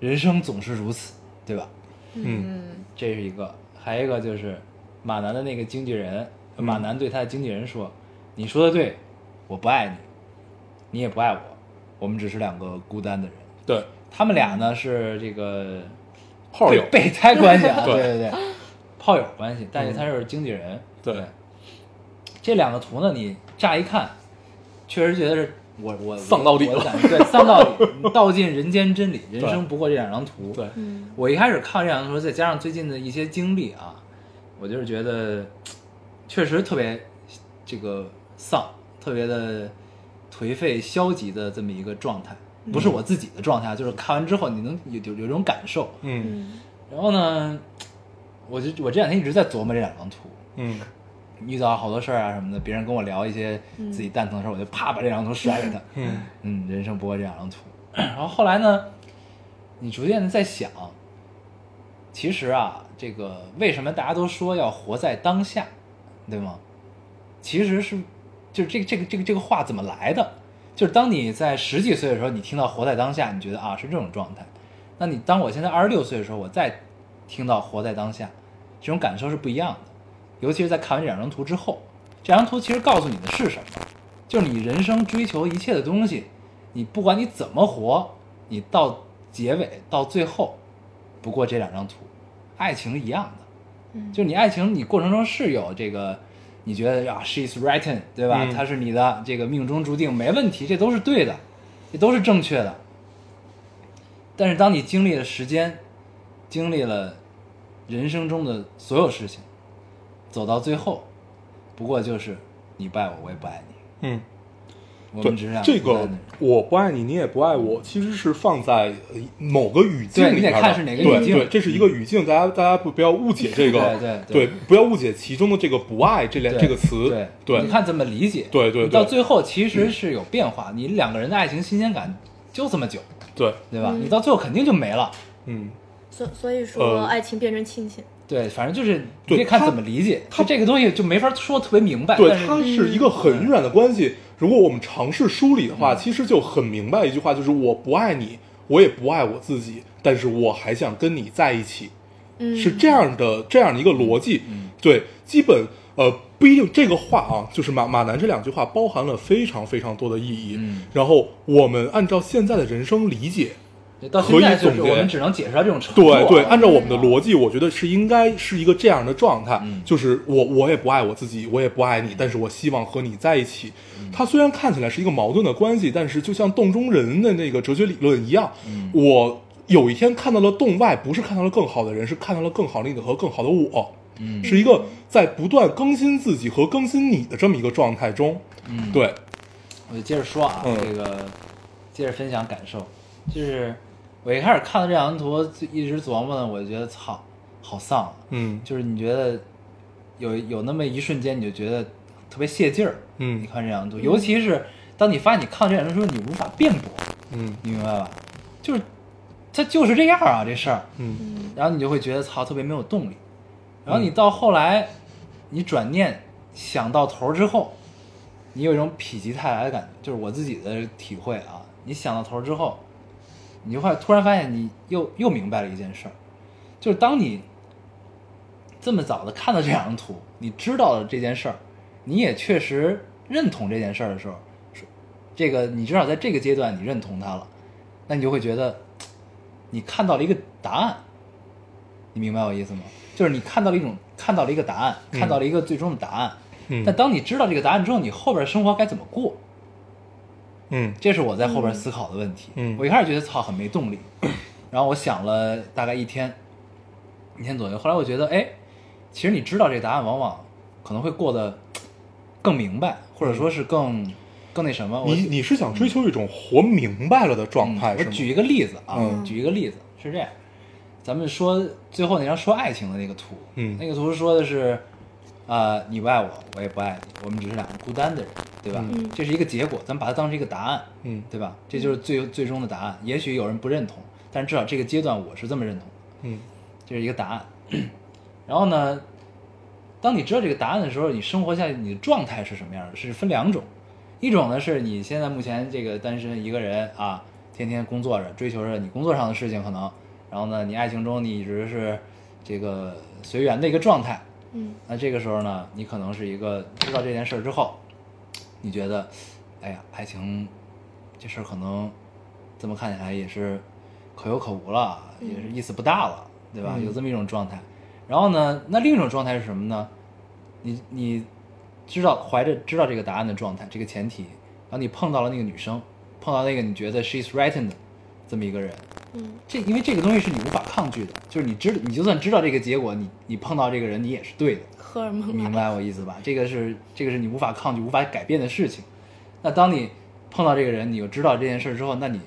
B: 人生总是如此，对吧
A: 嗯，
C: 嗯，？”
B: 这是一个，还有一个就是马南的那个经纪人，
A: 嗯
B: 马南对他的经纪人说：“你说的对，我不爱你，你也不爱我，我们只是两个孤单的人。
A: 对，”
B: 他们俩呢是这个
A: 炮友，
B: 备备胎关 系啊，
A: 对
B: 对对对，炮友关系，但是他是经纪人，
A: 嗯对
B: 这两个图呢，你乍一看，确实觉得是我我
A: 丧到底了
B: 我 感觉对，丧到底，道尽人间真理，人生不过这两张图。
A: 对，
C: 嗯
B: 我一开始看这两张图，再加上最近的一些经历啊，我就是觉得确实特别这个丧，特别的颓废、消极的这么一个状态。不是我自己的状态，啊就是看完之后你能有有有一种感受。
A: 嗯
B: 然后呢，我就我这两天一直在琢磨这两张图，
A: 嗯，
B: 遇到好多事儿啊什么的，别人跟我聊一些自己蛋疼的事儿，我就啪把这张图甩给他。
A: 嗯，
B: 嗯，人生不过这两张图。 然后后来呢，你逐渐的在想，其实啊，这个为什么大家都说要活在当下，对吗？其实是，就是这个这个这个这个话怎么来的？就是当你在十几岁的时候，你听到“活在当下”，你觉得啊是这种状态。那你当我现在二十六岁的时候，我再听到“活在当下”，这种感受是不一样的。尤其是在看完这两张图之后，这两张图其实告诉你的是什么？就是你人生追求一切的东西，你不管你怎么活，你到结尾到最后，不过这两张图，爱情一样的。
C: 嗯
B: 就你爱情，你过程中是有这个，你觉得啊，she's written，对吧？
A: 嗯
B: 她是你的这个命中注定，没问题，这都是对的，这都是正确的。但是当你经历了时间，经历了人生中的所有事情，走到最后，不过就是你不爱我，我也不爱你，
A: 嗯，
B: 我
A: 对
B: 们只是两，
A: 这
B: 孤单
A: 个
B: 的人
A: 我不爱你，你也不爱我，其实是放在呃某个语境
B: 对
A: 里
B: 你得
A: 边的，
B: 看是哪个
A: 对
B: 语境
A: 对，这是一个语境，大家大家不不要误解这个，
B: 对对
A: 对
B: 对
A: 不要误解其中的这个“不爱”这两
B: 对
A: 这个词，
B: 对
A: 对
B: 你看怎么理解？
A: 对对对
B: 你到最后其实是有变化，你两个人的爱情新鲜感就这么久，
A: 对，
B: 对吧？你到最后肯定就没了。
A: 嗯，
C: 所所以说，
A: 呃
C: 爱情变成亲情。
B: 对，反正就是你
A: 对
B: 得看
A: 他
B: 怎么理解，它这个东西就没法说特别明白。
A: 对
B: 但，是嗯
A: 它是一个很晕染的关系。如果我们尝试梳理的话，其实就很明白一句话，就是我不爱你，我也不爱我自己，但是我还想跟你在一起，
C: 嗯，
A: 是这样的这样的一个逻辑。对，基本呃不一定这个话啊，就是马马南这两句话包含了非常非常多的意义。
B: 嗯
A: 然后我们按照现在的人生理解，
B: 对到现在就
A: 可以
B: 是
A: 总结
B: 我们只能解释到这种程度啊。
A: 对对，按照我们的逻辑，我觉得是应该是一个这样的状态，
B: 嗯
A: 就是我我也不爱我自己，我也不爱你，但是我希望和你在一起。
B: 嗯
A: 它虽然看起来是一个矛盾的关系，但是就像洞中人的那个哲学理论一样，
B: 嗯
A: 我有一天看到了洞外，不是看到了更好的人，是看到了更好的你和更好的我。
B: 嗯
A: 是一个在不断更新自己和更新你的这么一个状态中。
B: 嗯，
A: 对，
B: 我就接着说啊，
A: 嗯
B: 这个接着分享感受，就是我一开始看到这两张图，就一直琢磨呢，我就觉得操，好丧啊，
A: 嗯
B: 就是你觉得有有那么一瞬间，你就觉得特别泄劲儿。你
A: 嗯
B: 看这两张图，尤其是当你发现你看这两张图，你无法辩驳，
A: 嗯
B: 你明白吧？就是它就是这样啊，这事儿，
A: 嗯
C: 嗯
B: 然后你就会觉得操，特别没有动力。然后你到后来，你转念想到头儿之后，你有一种否极泰来的感觉，就是我自己的体会啊。你想到头儿之后，你就会突然发现你又又明白了一件事儿，就是当你这么早的看到这两张图，你知道了这件事儿，你也确实认同这件事儿的时候，是这个你至少在这个阶段你认同它了，那你就会觉得嘖你看到了一个答案，你明白我意思吗？就是你看到了一种看到了一个答案，
A: 嗯
B: 看到了一个最终的答案。
A: 嗯
B: 但当你知道这个答案之后，你后边生活该怎么过？
A: 嗯
B: 这是我在后边思考的问题。
A: 嗯
B: 我一开始觉得操很没动 力，然后我想了大概一天，一天左右。后来我觉得，哎，其实你知道这个答案，往往可能会过得更明白，或者说是更更那什么。我
A: 嗯你你是想追求一种活明白了的状
B: 嗯
A: 态
B: 我
A: 是吗？
B: 举一个例子啊，
A: 嗯
B: 举一个例子是这样，咱们说最后那张说爱情的那个图，
A: 嗯
B: 那个图说的是，呃，你不爱我，我也不爱你，我们只是两个孤单的人，对吧？
C: 嗯
B: 这是一个结果，咱们把它当成一个答案，
A: 嗯
B: 对吧？这就是最最终的答案。也许有人不认同，但至少这个阶段我是这么认同的。
A: 嗯
B: 这是一个答案。然后呢，当你知道这个答案的时候，你生活下去你的状态是什么样的？是分两种，一种呢是你现在目前这个单身一个人啊，天天工作着，追求着你工作上的事情可能，然后呢，你爱情中你一直是这个随缘的一个状态。
C: 嗯
B: 那这个时候呢，你可能是一个知道这件事儿之后，你觉得，哎呀，爱情这事儿可能这么看起来也是可有可无了，也是意思不大了，对吧？有这么一种状态。然后呢，那另一种状态是什么呢？你你知道怀着知道这个答案的状态，这个前提，然后你碰到了那个女生，碰到那个你觉得 she's right 的这么一个人，
C: 嗯
B: 这因为这个东西是你无法抗拒的，就是你知你就算知道这个结果，你你碰到这个人，你也是对的。
C: 荷尔蒙
B: 明
C: 来
B: 白我意思吧？这个是这个是你无法抗拒、无法改变的事情。那当你碰到这个人，你又知道这件事之后，那你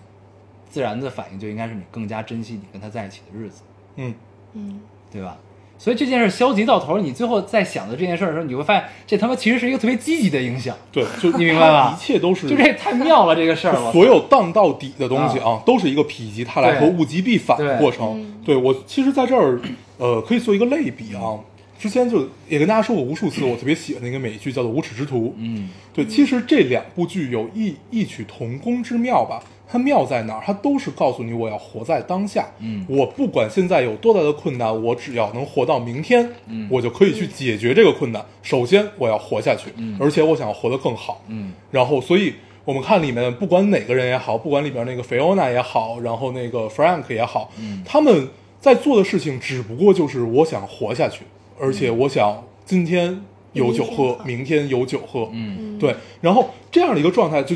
B: 自然的反应就应该是你更加珍惜你跟他在一起的日子，
A: 嗯
C: 嗯
B: 对吧？所以这件事消极到头，你最后在想的这件事的时候，你会发现这他妈其实是一个特别积极的影响，
A: 对，就
B: 你明白吧
A: 它一切都是
B: 就这也太妙了这个事儿了。嗯
A: 所有荡到底的东西啊，都是一个否极泰来和物极必反的过程。对我其实在这儿，呃，可以做一个类比啊。之前就也跟大家说过无数次，我特别喜欢的一个美剧叫做《无耻之徒》。
B: 嗯，
A: 对，其实这两部剧有异异曲同工之妙吧。它妙在哪儿？它都是告诉你我要活在当下。
B: 嗯
A: 我不管现在有多大的困难，我只要能活到明天，嗯，我就可以去解决这个困难。首先我要活下去，
B: 嗯
A: 而且我想活得更好，
B: 嗯，
A: 然后，所以我们看里面，不管哪个人也好，不管里面那个菲欧娜也好，然后那个 Frank 也好，
B: 嗯
A: 他们在做的事情只不过就是我想活下去，而
B: 嗯
A: 且我想今天有酒喝，明天有酒喝，
B: 嗯
C: 嗯
A: 对，然后这样的一个状态就。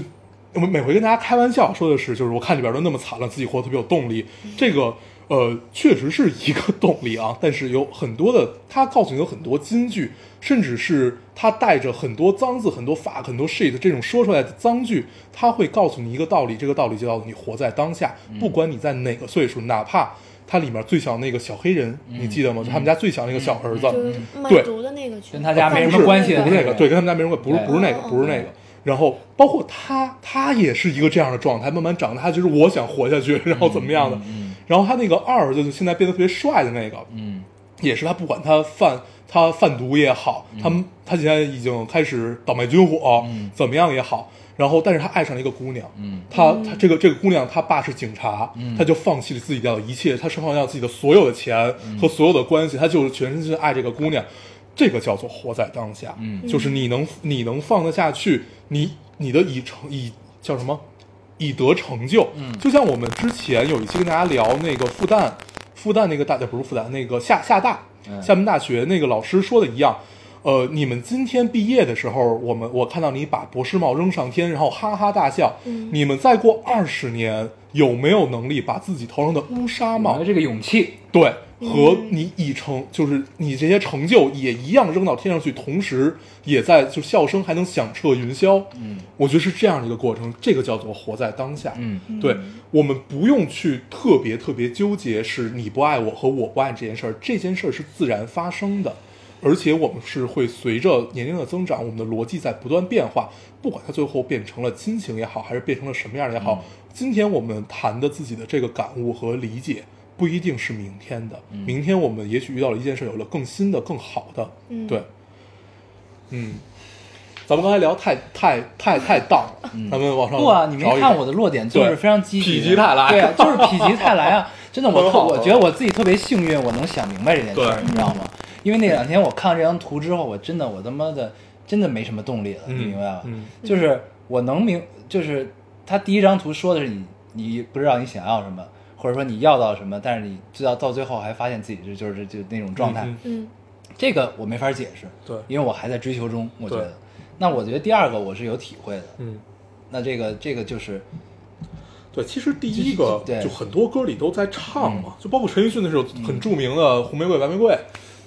A: 我们每回跟大家开玩笑说的是，就是我看里边都那么惨了，自己活得特别有动力。
C: 嗯
A: 这个呃，确实是一个动力啊，但是有很多的，他告诉你有很多金句，甚至是他带着很多脏字、很多 fuck、很多 shit 这种说出来的脏句，他会告诉你一个道理，这个道理就叫做你活在当下，
C: 嗯
A: 不管你在哪个岁数，哪怕它里面最小那个小黑人，
C: 嗯
A: 你记得吗？就他们家最小那个小儿子，
C: 就是卖
A: 对
C: 毒的那个去，
B: 嗯跟他家没什
A: 不
B: 么
A: 是
B: 关系的
A: 不是那个，对，跟他们家没什么关系，不是
B: 对
A: 不是那个，
C: 哦
A: 不是那个。然后包括他，他也是一个这样的状态，慢慢长大，就是我想活下去，然后怎么样的。然后他那个二儿子，就现在变得特别帅的那个，
B: 嗯
A: 也是他不管他贩他贩毒也好，他们他现在已经开始倒卖军火，
B: 嗯
A: 怎么样也好。然后，但是他爱上了一个姑娘，
B: 嗯
A: 他他这个这个姑娘，她爸是警察，
B: 嗯
A: 他就放弃了自己的一切，他放弃了自己的所有的钱
B: 嗯
A: 和所有的关系，他就是全身心地爱这个姑娘，这个叫做活在当下，
B: 嗯
A: 就是你能你能放得下去，你你的以成以叫什么以得成就。
B: 嗯
A: 就像我们之前有一期跟大家聊那个复旦，复旦那个大不是复旦那个厦厦大
B: 嗯
A: 厦门大学那个老师说的一样。呃，你们今天毕业的时候，我们我看到你把博士帽扔上天，然后哈哈大笑。
C: 嗯
A: 你们再过二十年，有没有能力把自己头上的乌纱
B: 有没
A: 帽
B: 有这个勇气？
A: 对，和你已成，就是你这些成就也一样扔到天上去，同时也在就笑声还能响彻云霄。
B: 嗯
A: 我觉得是这样一个过程，这个叫做活在当下。
B: 嗯
A: 对我们不用去特别特别纠结，是你不爱我和我不爱你这件事儿，这件事儿是自然发生的，而且我们是会随着年龄的增长，我们的逻辑在不断变化，不管它最后变成了亲情也好，还是变成了什么样也好，
B: 嗯
A: 今天我们谈的自己的这个感悟和理解。不一定是明天的，
B: 嗯
A: 明天我们也许遇到了一件事，有了更新的、更好的，
C: 嗯
A: 对，嗯，咱们刚才聊太太太太荡了，咱们往上
B: 不啊，你没
A: 哦找一
B: 看
A: 找
B: 我的落点就是非常积极的，
A: 否极泰来
B: 对啊，就是否极泰来 啊！真的，我
A: 很
B: 特
A: 好
B: 我觉得我自己特别幸运，我能想明白这件事儿，
A: 对
B: 你知道吗？因为那两天我看了这张图之后，我真的我他妈的真的没什么动力了，
A: 嗯
B: 你明白吧？
A: 嗯
B: 就是我能明，就是他第一张图说的是你你不知道你想要什么，或者说你要到什么，但是你知道到最后还发现自己是就是就那种状态，
A: 嗯
C: 嗯
B: 这个我没法解释，
A: 对
B: 因为我还在追求中，我觉
A: 对
B: 得。那我觉得第二个我是有体会的，
A: 嗯，
B: 那这个这个就是
A: 对，其实第一个
B: 对嗯
A: 就很多歌里都在唱嘛，就包括陈奕迅那首很著名的《红玫瑰白玫瑰》，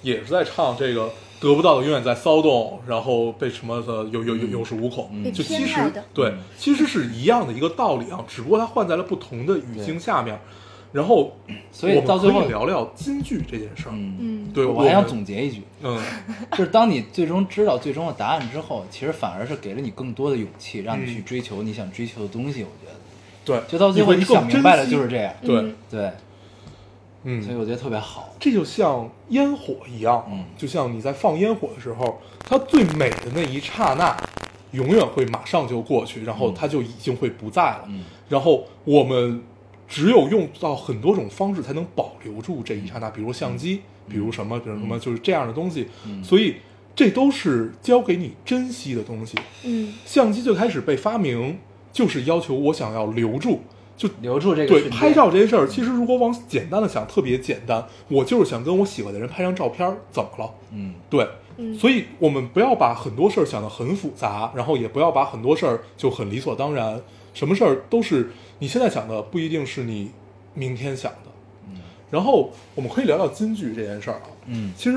A: 也是在唱这个得不到的永远在骚动，然后被什么的有有有有恃无恐，
B: 嗯
C: 被
A: 就其
C: 偏
A: 实
C: 爱的
A: 对，其实是一样的一个道理啊，只不过它换在了不同的语境下面。然后，
B: 所以
A: 我们
B: 到最后
A: 可以聊聊金句这件事儿。
B: 嗯，
C: 嗯，
A: 对，
B: 我
A: 我
B: 还想
A: 们
B: 总结一句，
A: 嗯，
B: 就是当你最终知道最终的答案之后，其实反而是给了你更多的勇气，让你去追求你想追求的东西。我觉得，
A: 对，
B: 就到最
A: 嗯
B: 后
A: 你
B: 你
A: 会更
B: 想明白了
A: 珍惜嗯
B: 就是这样，
A: 对，
B: 对，
A: 嗯，
B: 所以我觉得特别好。
A: 这就像烟火一样，
B: 嗯
A: 就像你在放烟火的时候，它最美的那一刹那，永远会马上就过去，然后它就已经会不在了。
B: 嗯
A: 然后我们只有用到很多种方式才能保留住这一刹那，比如相机，比如什么，比如什么，就是这样的东西。
B: 嗯
A: 所以这都是教给你珍惜的东西。
C: 嗯
A: 相机最开始被发明，就是要求我想要留住，就
B: 留住这个
A: 对
B: 瞬间
A: 拍照这件事儿，其实如果往简单的想，特别简单，我就是想跟我喜欢的人拍张照片儿，怎么了？
B: 嗯，
A: 对，
C: 嗯
A: 所以我们不要把很多事儿想得很复杂，然后也不要把很多事儿就很理所当然，什么事儿都是你现在想的，不一定是你明天想的。然后我们可以聊聊金句这件事儿啊，
B: 嗯
A: 其实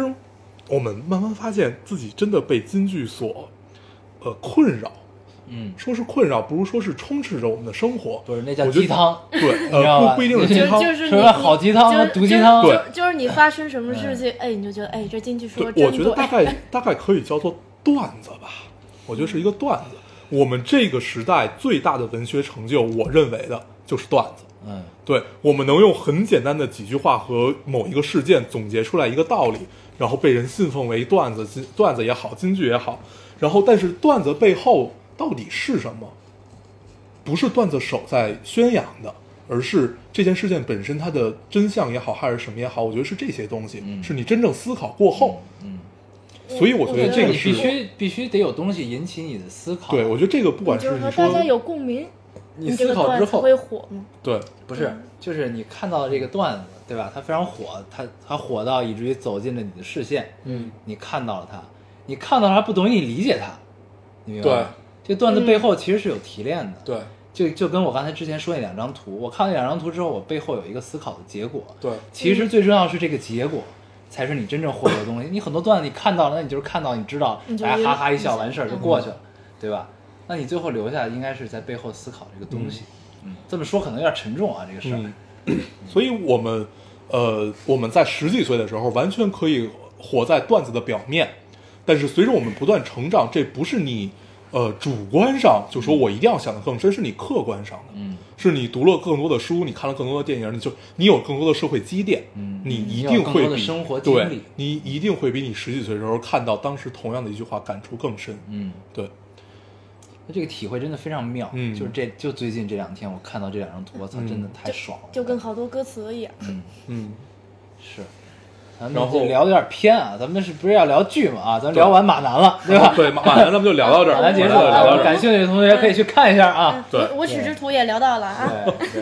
A: 我们慢慢发现自己真的被金句所呃困扰，
B: 嗯，
A: 说是困扰，不如说是充斥着我们的生活。
B: 不是那叫
A: 我觉得
B: 鸡汤
A: 对，
B: 你知道
A: 呃，
B: 吧
A: 不不一定是鸡
B: 就
A: 汤，
C: 就是
B: 说
C: 你
B: 个好鸡汤
C: 就
B: 和
C: 是
B: 毒鸡汤嗯
C: 就
A: 对
C: 是就是你发生什么事情，哎，你就觉得哎，这金句说
A: 对
C: 的，真
A: 我觉得大
C: 对，
A: 概大概可以叫做段子吧，我觉得是一个段子。我们这个时代最大的文学成就，我认为的就是段子。
B: 嗯，
A: 对，我们能用很简单的几句话和某一个事件总结出来一个道理，然后被人信奉为段子，金段子也好，金句也好。然后，但是段子背后到底是什么？不是段子手在宣扬的，而是这件事件本身它的真相也好，还是什么也好，我觉得是这些东西，
B: 嗯
A: 是你真正思考过后，
B: 嗯，
A: 所以我觉
C: 对
A: 得
B: 就
A: 这个
B: 是你
A: 是，
B: 必须必须得有东西引起你的思考。
A: 对我觉得这个不管
C: 就是是
A: 你
C: 和
A: 说
C: 大家有共鸣，
B: 你
C: 这
B: 思
C: 个
B: 考
C: 段
B: 之
C: 子
B: 后
C: 会火吗？
A: 对，
B: 不是，就是你看到这个段子，对吧？它非常火，它它火到以至于走进了你的视线，
A: 嗯，
B: 你看到了它，你看到它不等于你理解它，你明白吗？这段子背后其实是有提炼的，
A: 对
B: 就就跟我刚才之前说那两张图，我看那两张图之后，我背后有一个思考的结果。
A: 对
B: 其实最重要是这个结果，才是你真正获得的东西。你很多段子你看到了，那你就是看到，你知道
C: 你，就
B: 大家
C: 晕
B: 哈
C: 了
B: 哈一
C: 嗯
B: 笑完事儿就过去了，对吧？那你最后留下的应该是在背后思考这个东西。嗯，这么说可能有点沉重啊，这个事儿。
A: 嗯， 所以我们呃我们在十几岁的时候完全可以活在段子的表面，但是随着我们不断成长，这不是你呃主观上就说我一定要想得更深，是你客观上的，
B: 嗯，
A: 是你读了更多的书，你看了更多的电影，你就你有更多的社会积淀，
B: 嗯
A: 你一
B: 你有
A: 定
B: 更
A: 会
B: 多的
A: 比
B: 生活经
A: 对
B: 历，
A: 你一定会比你十几岁的时候看到当时同样的一句话感触更深，
B: 嗯，
A: 对，
B: 那这个体会真的非常妙。
A: 嗯
B: 就是这就最近这两天我看到这两张图，我操，
A: 嗯
B: 真的太爽了。
C: 就跟好多歌词一样，
B: 嗯
A: 嗯。
B: 是，咱
A: 然
B: 们
A: 后
B: 这聊的有点偏啊，咱们是不是要聊剧嘛啊？咱们
A: 对
B: 聊完马南了，对 吧？
A: 对，马马上咱们就聊到这儿，
B: 马南结束
A: 马上
B: 了，
A: 聊
B: 我
A: 到
B: 们
A: 这儿
B: 感兴趣的同学可以去看一下啊。
A: 对
C: 我我取之图也聊到了啊，
B: 对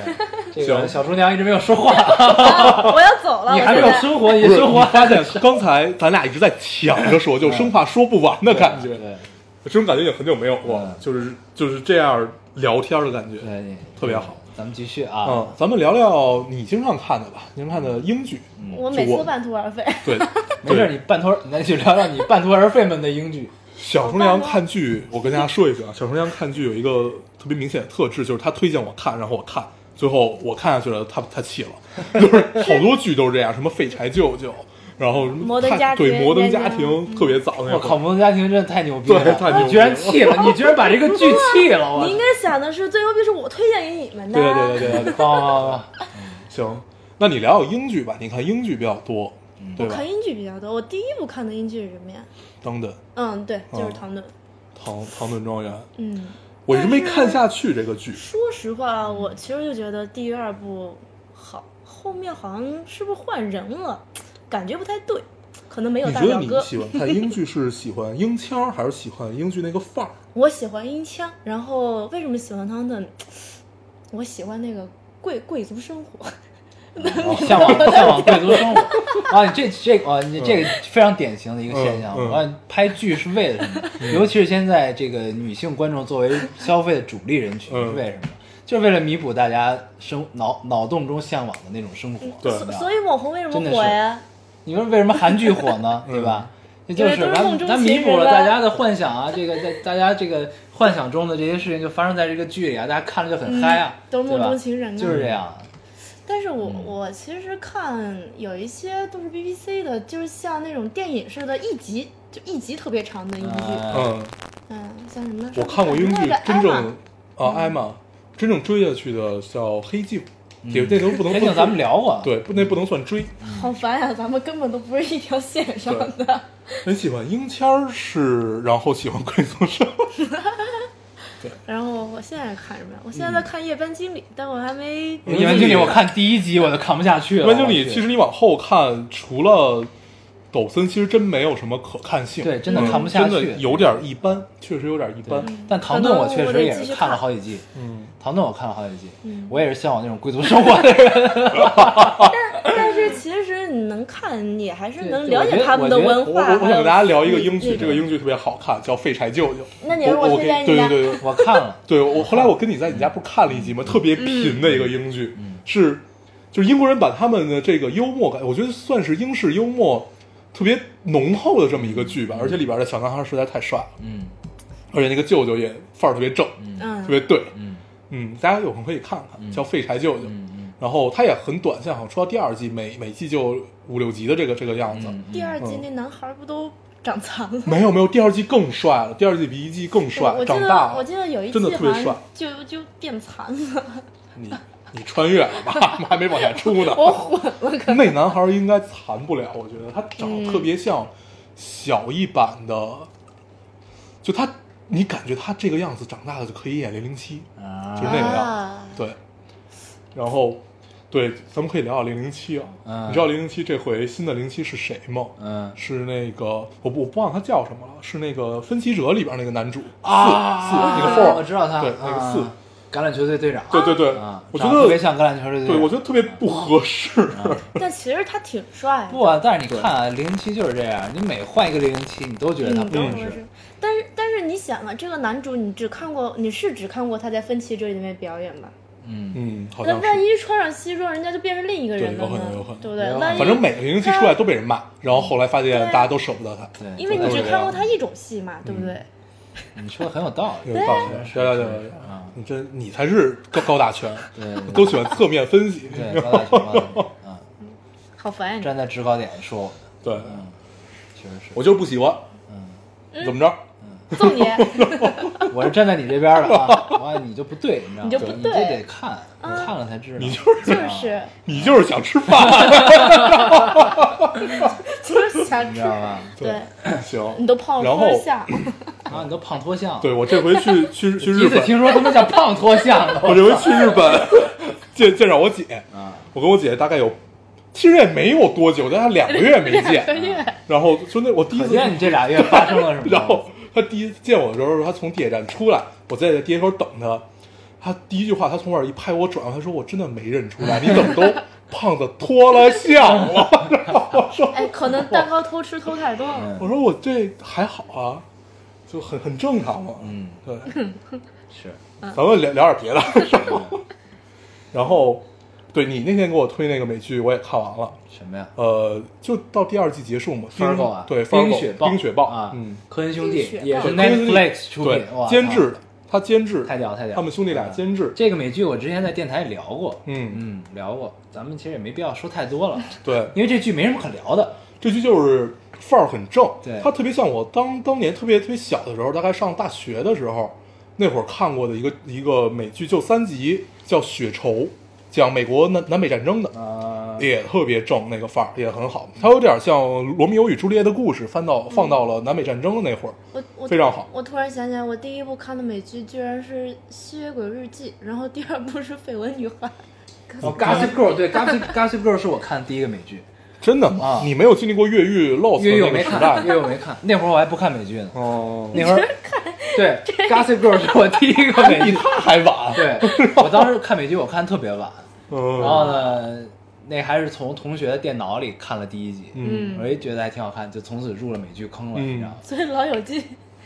B: 对，这个
A: 行
B: 小厨娘一直没有说话，
C: 啊我要走了，
B: 你
C: 我
B: 还没有
C: 现在
B: 生活，你
A: 不是
B: 生活
A: 你发现刚才咱俩一直在抢着说，
B: 嗯
A: 就生怕说不完的感觉，
B: 对
A: 这种感觉也很久没有过
B: 嗯，
A: 就是就是这样聊天的感觉，
B: 对，
A: 特别好。
B: 咱们继续啊，
A: 嗯，咱们聊聊你经常看的吧，经常看的英剧。
C: 我
A: 就
C: 每
A: 我
C: 次半途而废。
A: 对，
B: 嗯 没事儿，你半途而那就聊聊你半途而废们的 英剧。
A: 小厨娘看剧，我跟大家说一句啊，小厨娘看剧有一个特别明显的特质，就是她推荐我看，然后我看，最后我看下去了，她她气 了，就是好多剧都是这样，什么废柴舅舅，然后什么
C: 摩登
A: 看
C: 家庭
A: 对摩登家
C: 那个
A: 庭特别早那
B: 我靠，《
A: 种，
B: 摩登家庭》真的太牛逼了，
A: 对太牛逼了
B: 你居然气了，你居然把这个剧气了，我
C: 你应该想的是，最牛逼是我推荐给你们的。
A: 对对对对对对，
B: 棒棒棒！
A: 行，那你聊聊英剧吧，你看英剧比较多，
B: 嗯
A: 对
C: 我
A: 吧？
C: 看英剧比较多，我第一部看的英剧是什么呀？
A: 等等，
C: 嗯，对，就是
A: 哦
C: 《唐顿》。
A: 唐唐顿庄园，
C: 嗯，
A: 我一直没看下去这个剧，
C: 说实话，我其实就觉得第二部好，后面好像是不是换人了，感觉不太对，可能没有
A: 你
C: 大
A: 觉得
C: 表
A: 你
C: 哥。
A: 喜欢看英剧是喜欢英腔儿还是喜欢英剧那个范儿？
C: 我喜欢音腔，然后为什么喜欢唐顿？我喜欢那个贵贵族生活。
B: 向往向往贵族生活啊！你这这啊，你这个非常典型的一个现象。
A: 嗯嗯
B: 我看拍剧是为了什么？尤其是现在这个女性观众作为消费的主力人群，
A: 嗯
B: 是为什么？就是为了弥补大家生脑脑洞中向往的那种生活。
A: 对
B: 吧
C: 所以网红为什
B: 真的
C: 么
B: 是
C: 火呀？
B: 你说为什么韩剧火 呢？
A: 嗯
B: 对吧？这就是
C: 因为都是
B: 咱
C: 梦中
B: 咱
C: 情
B: 弥
C: 人
B: 补了
C: 吧
B: 大家的幻想啊，这个在大家这个幻想中的这些事情就发生在这个剧里啊，大家看了就很嗨啊，
C: 嗯都是
B: 对吧
C: 梦中情人啊
B: 就是这样。
C: 但是
A: 嗯
C: 我、我其实看有一些都是 BBC 的，就是像那种电影似的，一集就一集特别长的英剧，
B: 嗯
A: 嗯，
C: 嗯，像什么？
A: 我看过英
C: 那
A: 剧
C: 个
A: 真
C: Emma
A: 正啊艾玛真正追下去的叫《黑镜》，也那都不能
B: 嗯黑镜
A: 算
B: 咱们聊过，
A: 对，不那不能算追。
C: 好烦呀、咱们根本都不是一条线上的。
A: 很喜欢英签儿是，然后喜欢贵族生活。
C: 然后我现在看什么呀？我现
A: 嗯
C: 在在看《夜班经理》，但我还没
B: 《夜班经理》我看第一集我就看不下去了。
A: 关经
B: 我
A: 理，
B: 去
A: 其实你往后看，除了抖森，其实真没有什么可看性，
B: 对真的看不
A: 嗯
B: 下去
A: 真的有点一般，确实有点一
C: 嗯
A: 般。
B: 但唐顿我确实也是看了好几季，
A: 嗯，
B: 唐顿我看了好几季
C: 嗯，
B: 我也是向往那种贵族生活的人，
C: 但是其实你能看，也还是
B: 对
C: 能
B: 对
C: 了
B: 我觉
C: 解
B: 得
C: 他们的
B: 我觉得
C: 文
A: 我
C: 化。
A: 我我想
C: 还有
A: 给大家聊一个英
C: 那
A: 剧，这个英剧特别好看，叫《废柴舅舅》。
C: 那你
A: 我
C: 是我
A: 我
C: 推
A: 给
C: 荐你
A: 对对
C: 的
A: 对对
B: 我看了。
A: 对，我后来我跟你在你家不是看了一集吗？特
C: 嗯
A: 别贫的一个英剧，
B: 嗯
A: 是就是英国人把他们的这个幽默感，我觉得算是英式幽默特别浓厚的这么一个剧吧。而且里边的小男孩实在太帅了，
B: 嗯
A: 而且那个舅舅也范儿特别正，
C: 嗯
A: 特别对，
B: 嗯
A: 嗯，大家有空可以看看，叫《废柴舅舅》。
B: 嗯
A: 然后它也很短，现在好像出到第二季，每每季就五六集的这个这个样子。
B: 嗯
C: 第二季那男孩不都长残了？
A: 没有没有，第二季更帅了，第二季比一季更帅，
C: 我记
A: 长
C: 得
A: 大了。
C: 我记得有一季
A: 真的特别
C: 好
A: 帅
C: 像。就就变残了，
A: 你你穿越了吧？还没往下出 呢。
C: 我混了可。
A: 那男孩儿应该残不了，我觉得他长得特别像小一版的，就他，你感觉他这个样子长大了就可以演零零七，
B: 嗯啊
A: 就那个样子
C: 啊
A: 对。然后，对，咱们可以聊聊零零七啊。
B: 嗯
A: 你知道零零七这回新的零七是谁吗？
B: 嗯
A: 是那个我不我不忘他叫什么了，是那个《分歧者》里边那个男主
B: 啊
A: 四四那个 four，
B: 我知道他，
A: 对那个四
B: 啊，橄榄球队队长，
A: 对对对
B: 啊，，
A: 我觉
B: 长得特别
A: 得
B: 像橄嗯榄球队队
A: 对
B: 长。
A: 我觉得特别不合适，
C: 但其实他挺帅的，
B: 不啊，但是你看啊，零零七就是这样，你每换一个零零七，你都觉得他
C: 嗯，
B: 不
C: 都
B: 合
C: 合
B: 适。
C: 适。但是但是你想啊，这个男主你只看过，你是只看过他在《分歧者》里面表演吧？
B: 嗯，
A: 嗯，好
C: 那
A: 像
C: 万
A: 是。
C: 一穿上西装，人家就变成另一个人
A: 对
C: 了
A: 有可能有
C: 呢
A: 可能，
C: 对不
B: 有
C: 对？万
B: 可能
C: 一
A: 反正每个零零七出来都被人骂，然后后来发现
C: 对啊
A: 大家都舍不得嗯他。
B: 对，
C: 因为你
B: 都
C: 只
B: 这
C: 看过
B: 样
C: 他一种戏嘛，对不对？
B: 你说的很有道 理
A: 有。道理，
B: 是
A: 聊聊聊
B: 是
A: 聊聊
B: 啊
A: 你真你才是高高大全，
B: 对对
A: 都喜欢侧面分析。
B: 对，高大上高大上啊，
C: 好烦呀！
B: 站在制高点说我们，
A: 对，
B: 确实是。
A: 我就不喜欢，
B: 嗯
A: 怎么着？
C: 你揍 你！
B: 我是站在你这边的啊，完了你就不对，你知道吗？
C: 你就不
B: 你
C: 对
B: 这得看，你看了才知道。
A: 你就是
C: 就是
A: 你就是想吃饭，
C: 就是瞎
B: 你
C: 吃
B: 知 道，吧？
C: 对
A: 行。
C: 你都胖
A: 然
C: 了
A: 后
C: 脱相，
B: 啊，你都胖脱相了。
A: 对我这回 去去去
B: 第
A: 日
B: 一次
A: 本，
B: 听说他们叫胖脱相了。
A: 我这回去日本见见着我姐，
B: 啊，
A: 我跟我姐大概有，其实也没有多久，大概两个月没见。啊然后就那我第一
B: 可
A: 次
B: 见你这俩月发生了什么？
A: 然后他第一见我的时候，他从地铁站出来，我在地铁口等他。他第一句话，他从我这儿一拍我转过来，他说：“我真的没认出来，你怎么都胖子脱了相了？”然后我说
C: 哎，可能蛋糕偷吃偷太多了。：“
B: 嗯
A: 我说我这还好啊，就很很正常嘛。”
B: 嗯，
A: 对，
B: 是
A: 咱们聊聊点别的。 然后，对你那天给我推那个美剧，我也看完了。
B: 什么呀？
A: 呃，就到第二季结束嘛。冰
B: Fargo 啊，
A: 对
B: 冰
A: Fargo
B: 雪暴，
A: 冰雪暴
B: 啊，
A: 嗯，
B: 科恩兄
C: 冰
B: 弟
C: 雪
B: 也
C: 暴
B: 是
A: 科恩兄弟
B: Netflix 出
A: 对
B: 品，哇，
A: 监
B: 操
A: 制的，他监制，
B: 太屌太嗯屌！
A: 他们兄弟俩监制，
B: 这个美剧我之前在电台也聊过，
A: 嗯
B: 嗯，聊过，咱们其实也没必要说太多了，
A: 对，
B: 因为这剧没什么可聊的。
A: 这剧就是范儿很正，
B: 对
A: 它特别像我当当年特别特别小的时候，大概上大学的时候，那会儿看过的一个一个美剧，就三集，叫《血仇》，讲美国南南北战争的，
B: 呃，
A: 也特别正，那个范儿也很好，它有点像《罗密欧与朱丽叶》的故事，翻到放到了南北战争的那会儿，
C: 我我
A: 嗯非常好
C: 我突然想起来，我第一部看的美剧居然是《吸血鬼日记》，然后第二部是《绯闻女孩》。
B: 哦，Gossip Girl，对，Gossip Gossip Girl 是我看的第一个美剧，
A: 真的，
B: 啊
A: 你没有经历过越狱 Lost
B: 越狱我
A: 那
B: 没
A: 个时代
B: 看，，越狱我没看，那会儿我还不看美剧呢，
A: 哦，
B: 那会儿对，Gossip Girl 是我第一个美
A: 比
B: 剧，
A: 他还晚，
B: 对我当时看美剧我看特别晚，然
A: 嗯
B: 后呢，那还是从同学的电脑里看了第一集，
A: 嗯，
B: 我也觉得还挺好看，就从此入了美剧坑了，
A: 嗯
B: 你知道吗？
C: 所以《老友记》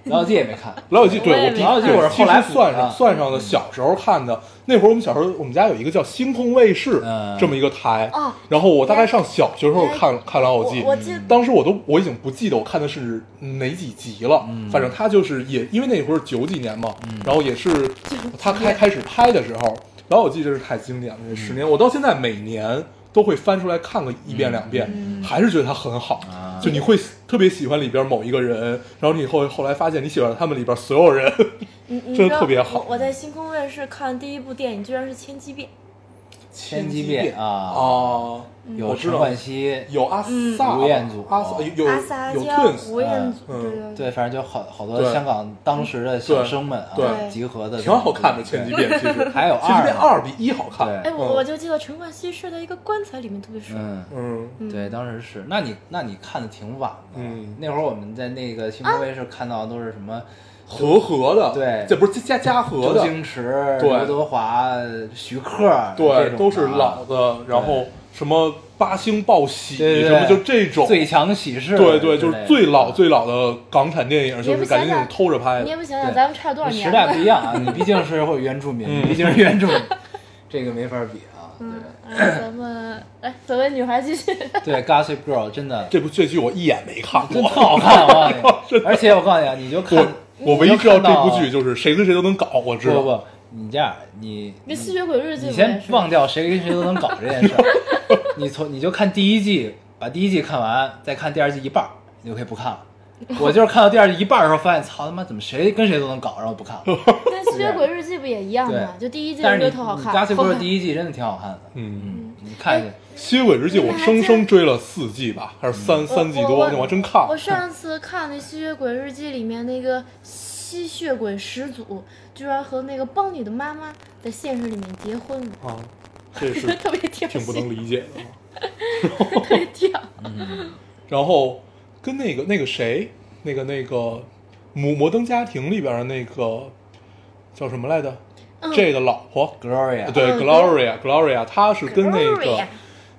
B: 老友记也没 看，
A: 老友记，对
C: 我也
A: 我
C: 没
A: 第
C: 看
A: 对
B: 我是后来
A: 其实算
B: 补的嗯
A: 上算上的，小时候看的。那会儿我们小时候，我们家有一个叫星空卫视
B: 嗯
A: 这么一个台
C: 哦，
A: 然后我大概上小学时候看看老友记
C: 我我记得，
B: 嗯
A: 当时我都我已经不记得我看的是哪几集了，
B: 嗯
A: 反正他就是也因为那会儿九几年嘛，然后也是他开开始拍的时候，老友记真是太经典了，
B: 嗯
A: 这十年我到现在每年。都会翻出来看个一遍两遍，还是觉得它很好。
B: 嗯啊
A: 就你会特别喜欢里边某一个人，然后你后后来发现你喜欢他们里边所有人。
C: 你你
A: 嗯真
C: 知
A: 的
C: 道
A: 特别好
C: 我我在星空卫视看的第一部电影居然是《千机变
B: 千
A: 机
B: 机
A: 变
B: 变啊，
A: 哦，
B: 有
A: 我知
B: 陈
A: 道
B: 冠希，
A: 有阿萨、
B: 吴彦祖
A: 阿萨有》，
C: 阿撒
A: 有
C: 娇、
A: Twins，
C: 吴彦祖，
A: 嗯
C: 对对
B: 对，反正就好好
A: 对
B: 多香港当时的小生们
A: 对
B: 啊
A: 对
B: 集合的，
A: 挺好看的《千机变》，其实
B: 还有
A: 千机变
B: 二
A: 二比一好看。
B: 对
C: 哎，我我
A: 嗯
C: 就记得陈冠希睡在一个棺材里面，特别爽。
B: 嗯。
A: 嗯
C: 嗯
B: 对，当时是，那你那你看的挺晚的，
A: 嗯啊
B: 那会儿我们在那个新闻卫视看到的都是什么
A: 和和的，
B: 对
A: 这不是嘉嘉和
B: 周
A: 的，
B: 星驰、
A: 对
B: 刘德华、徐克，这
A: 对，
B: 种
A: 都是
B: 的啊
A: 老的，然后什么八星报喜，
B: 对对
A: 什么
B: 对
A: 就这种，
B: 最强喜事，
A: 对对，就是
B: 之类的啊
A: 最老最老的港产电影，就
C: 也
A: 是
C: 不
A: 感觉那
C: 想
A: 种
C: 想
A: 偷着拍
C: 你也
A: 的。
C: 不想想
B: 对
C: 咱们差多少
B: 你
C: 年
B: 时代
C: 了
B: 不？一样啊，你毕竟是会原住民，
A: 嗯
B: 你毕竟是原住民，这个没法比啊。对
C: 嗯，咱们哎，绯闻女孩继续。
B: 对，Gossip Girl 真的
A: 这部这剧我一眼没看
B: 真
A: 过
B: 的，好看，啊 我告诉你，而且我告诉你啊，你就看
A: 我我唯一知道这部剧
B: 你
A: 就是谁跟谁都能搞，我知
B: 就看到
A: 道。
B: 啊
A: 嗯
B: 不不，你这样你
C: 那《吸血鬼日记》
B: 你
C: 不也
B: 先
C: 是
B: 忘掉谁跟谁都能搞这件事儿，你从你就看第一季，把第一季看完，再看第二季一半儿，你就可以不看了。我就是看到第二季一半儿的时候，发现操他妈怎么谁跟谁都能搞，然后不看了。
C: 但《吸血鬼日记》不也一样吗？就第一季
B: 但
C: 觉
B: 是你
C: 得
B: 你
C: 特好看，哎
B: Gossip
C: 后
B: Girl
C: 面
B: 第一季真的挺好看的，
A: 嗯，
B: 嗯，你看去，
A: 《吸血鬼日记》我生生追了四季吧，还是
B: 嗯
A: 三
C: 我
A: 三季
C: 我
A: 多，那我还真
B: 啊
A: 看
C: 我上次看那《吸血鬼日记》里面那个吸血鬼始祖，居然和那个邦尼的妈妈在现实里面结婚了，
A: 啊，这是
C: 特别跳戏，
A: 挺不能理解的。啊
C: 特别 跳。
A: 然后跟那个那个谁，那个那个《摩摩登家庭》里边的那个叫什么来着？这个老婆，
B: Gloria，
A: 对
C: 嗯
A: ，Gloria Gloria，她是跟那个
C: Gloria，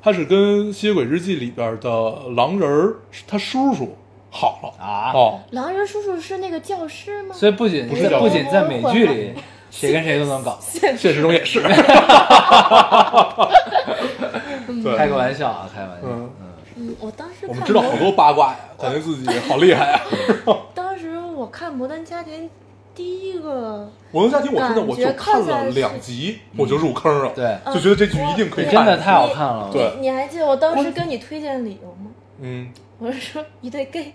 A: 她是跟《吸血鬼日记》里边的狼人儿他叔叔好了
B: 啊，
A: 哦，
C: 狼人叔叔是那个教师吗？
B: 所以不仅
A: 不是
B: 在
A: 叫
B: 不仅在美剧里，谁跟谁都能 搞，
A: 现实中也是。对，
B: 开个玩笑啊，开个玩笑，
A: 嗯
B: 嗯，
C: 嗯，我当时
A: 我们
C: 看
A: 知道
C: 摩
A: 好多八卦呀，感觉自己好厉害呀。啊
C: 嗯当时我看《摩登家庭》第一个，
A: 我能家庭，我真的
C: 感觉
A: 我就看了两集，我就入坑了，
B: 对
C: 呃
A: 就觉得这剧一定可以
B: 你
A: 看。
B: 真的太好看了，
A: 对
C: 你你还记得我当时跟你推荐的理由吗？
A: 嗯
C: 我是说一对 gay，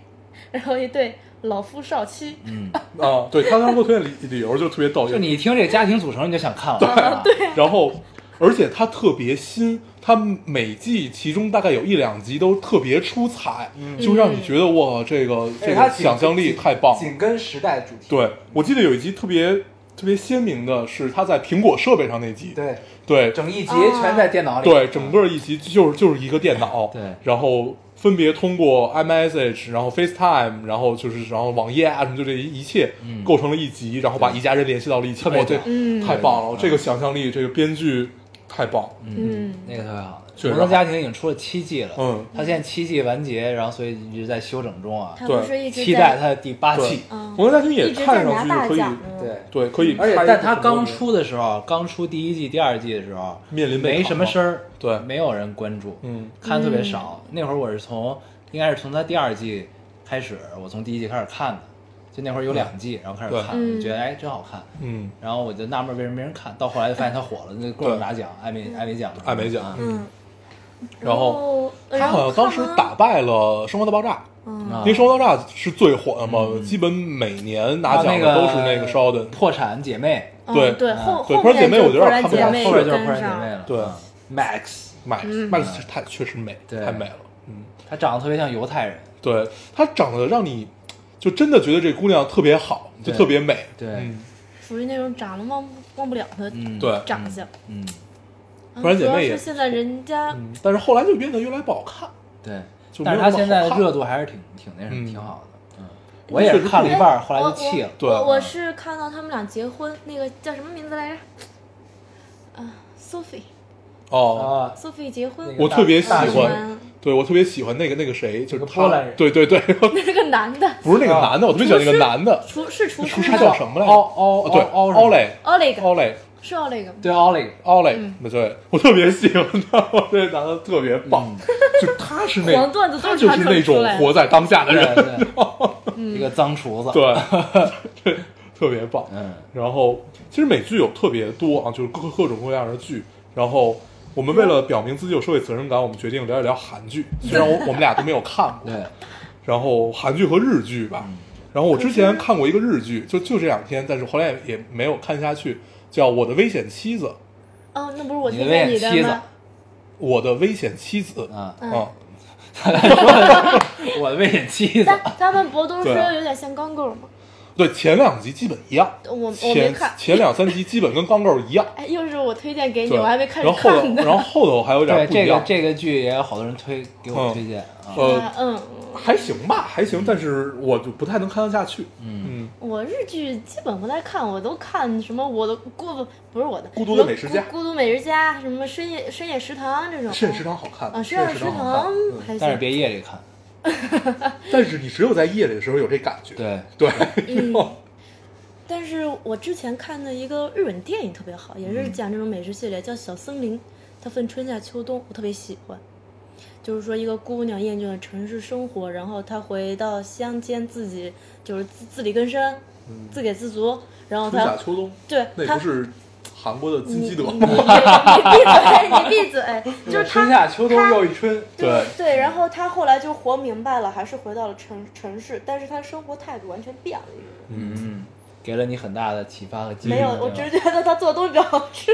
C: 然 后一对老夫少妻。
B: 嗯，
A: 啊，对他当时给我推荐理理由就特别逗，
B: 就你一听这家庭组成你就想看了，啊对，
A: 然后，而且它特别新，它每季其中大概有一两集都特别出彩，
B: 嗯
A: 就让你觉得哇，这
B: 哎
A: 个这个想象力太棒了。
B: 跟时代主题，
A: 对，我记得有一集特别特别鲜明的是他在苹果设备上那集，
B: 对，
A: 对
B: 整一集
C: 啊全在
B: 电脑
A: 对，整个一集就是就是一个电脑，
B: 对
A: 然后分别通过 iMessage，然后 FaceTime，然后就是然后网页啊什么，就这一一切构成了一集，然后把一家人联系到了一起，
B: 嗯特别
A: 哇，这
B: 屌
C: 嗯
A: 太棒了！
B: 嗯
A: 这个想象力，这个编剧太棒了，
C: 嗯
B: 那个特别好。
A: 确
B: 摩
A: 实
B: 登家庭已经出了七季了，
A: 嗯，
B: 它现在七季完结，然后所以一直在休整中啊，
C: 他
A: 对
C: 不是一直
B: 期待
C: 在
B: 它的第八季。
C: 嗯，
A: 摩登家庭也
C: 一直在
A: 看上
C: 拿
A: 去
C: 大
A: 可以，
C: 奖呢，
B: 对，
A: 对，可以拍一
B: 而且
A: 个很多年。
B: 但它刚出的时候，刚出第一季、第二季的时候，
A: 面临被
B: 没
A: 砍
B: 什么
A: 嘛
B: 声儿，
A: 对
B: 没有人关注，
A: 嗯
B: 看得特别少。那会儿我是从应该是从它第二季开始，我从第一季开始看的，就那会儿有两季，然后开始
A: 嗯对
B: 看，我就觉得哎真好看。
A: 嗯，
B: 然后我就纳闷为什么没人看，到后来就发现它火了，那各种拿奖，艾美艾美奖，啊
A: 艾美奖
C: 嗯，
A: 然
C: 后
A: 他
C: 然
A: 好
C: 后
A: 像当时
C: 看完嗯
A: 打败了《生活大爆炸》，
B: 啊
A: 因为《生活大爆炸》是最火的嘛，
B: 嗯
A: 基本每年拿奖的都是那个 Sheldon。
B: 破产姐妹，啊
C: 嗯
A: 对
C: 对后
A: 对
C: 后
A: 不是姐妹
C: 面就
A: 我觉得有点
C: 突然
A: 看不
C: 姐
A: 下
C: 妹
A: 去
B: 后边就是
C: 跟
B: 破产姐
C: 上
B: 妹了。
A: 对
B: 嗯，Max，
A: Max、Max
C: 嗯
A: 太确实美，
B: 对
A: 太美了。嗯，
B: 她长得特别像犹太人，
A: 对，她长得让你就真的觉得这姑娘特别好，就
B: 对
A: 特别美。
B: 对
A: 嗯，
C: 属于那种长得忘不忘不了的
B: 嗯，
A: 对
C: 长相。
B: 嗯，
C: 嗯
A: 突然姐
C: 主要
A: 妹也
C: 是现在人家
A: 嗯但是后来就变得越来越不好看。
B: 对，
A: 就没有那
B: 但是
A: 么
B: 她现在
A: 好看
B: 热度还是挺挺那什么，
A: 嗯
B: 挺好的。嗯，我也是看了一半儿，后来就气了。
A: 对
C: 哎我我我是看到他们俩结婚，那个叫什么名字来着？啊，Sophie，Sophie
A: 哦，
B: 啊，
C: 结婚，
B: 那
A: 我
B: 个
A: 特别喜
B: 大
C: 大
B: 学
A: 欢，
C: 欢
A: 对我特别喜欢那个那个谁，就是
B: 那个
A: 他
B: 波兰人
A: 对对对，
C: 那是个男的，
A: 不是那个
B: 啊
A: 男的，我特别喜欢那个
C: 厨师
A: 男的，
C: 厨是厨
A: 厨
C: 师
A: 师
C: 吗
A: 叫什么来着？哦
B: 奥奥
A: 对，
B: 奥奥什么
A: 奥雷
C: ？Oleg，
A: 奥雷
C: 是 Oleg 吗？
B: 对奥利给，
A: 奥雷，那
C: 嗯
A: 对我特别喜欢他，我这男的特别棒，嗯就他是那
C: 黄段子都
A: 他
C: 是
A: 就
C: 他
A: 是
C: 整
A: 那
C: 出
A: 种
C: 来
A: 活
C: 的。
A: 在当下的
B: 对
A: 人，
B: 对， 一个脏厨子。，
A: 对， 对，特别棒。
B: 嗯，
A: 然后其实美剧有特别多啊，就是各各种各样的剧。然后我们为了表明自己有社会责任感，我们决定聊一聊韩剧，虽然我我们俩都没有看过。
B: 对，
A: 然后韩剧和日剧吧。
B: 嗯
A: 然后我之前看过一个日剧，就就这两天，但是后来也也没有看下去，叫《我的危险妻子》，《
C: 哦，那不是我
B: 你
C: 推
B: 的
C: 荐
B: 恋
C: 你
B: 妻
C: 的
B: 子
C: 吗？
A: 我的危险妻子》
B: 啊
C: 嗯
A: 啊，
B: 我的危险妻子
C: 但，他们不都说
A: 对啊
C: 有点像钢构吗？
A: 对，前两集基本一样，
C: 我我没
A: 前
C: 看，。
A: 前两三集基本跟钢构一样
C: 哎，又是我推荐给你，
A: 对，
C: 我还没开
A: 然
C: 始
A: 后后头
C: 看，呢。
A: 然后后头还有点
B: 对
A: 不一
B: 这
A: 样
B: 个。这个剧也有好多人推给我
A: 嗯
B: 推荐 啊。
A: 呃，
C: 嗯，
A: 还行吧，还行，但是我就不太能看得下去。
B: 嗯
C: 我日剧基本不太看，我都看什么我的孤不是我的
A: 孤独的美食家
C: 什么孤孤独美食家，什么深夜深夜食堂这种。
A: 深夜食堂好看，
C: 啊，深
A: 深夜
C: 夜
A: 食
C: 食
A: 堂好看嗯
C: 堂，还
B: 但是
C: 行。
B: 别夜里看，
C: 啊
A: 但是你只有在夜里的时候有这感觉。
B: 对，
A: 对，
C: 嗯但是我之前看的一个日本电影特别好，也
A: 嗯
C: 是讲这种美食系列，叫《小森林》，它分春夏秋冬，我特别喜欢。就是说，一个姑娘厌倦了城市生活，然后她回到乡间，自己就是自自力更生，自给自足，然后
A: 嗯春夏
C: 她
A: 秋冬，
C: 对
A: 那
C: 她
A: 不是韩国的金基德
C: 你你你闭嘴，你闭嘴，就是
B: 春
C: 他。
B: 夏秋冬又一春。
A: 对
C: 对，然后他后来就活明白了，还是回到了城城市，但是他生活态度完全变了。
B: 嗯，给了你很大的启发和激励。嗯
C: 没有，我只是觉得他做的东西比较 好吃，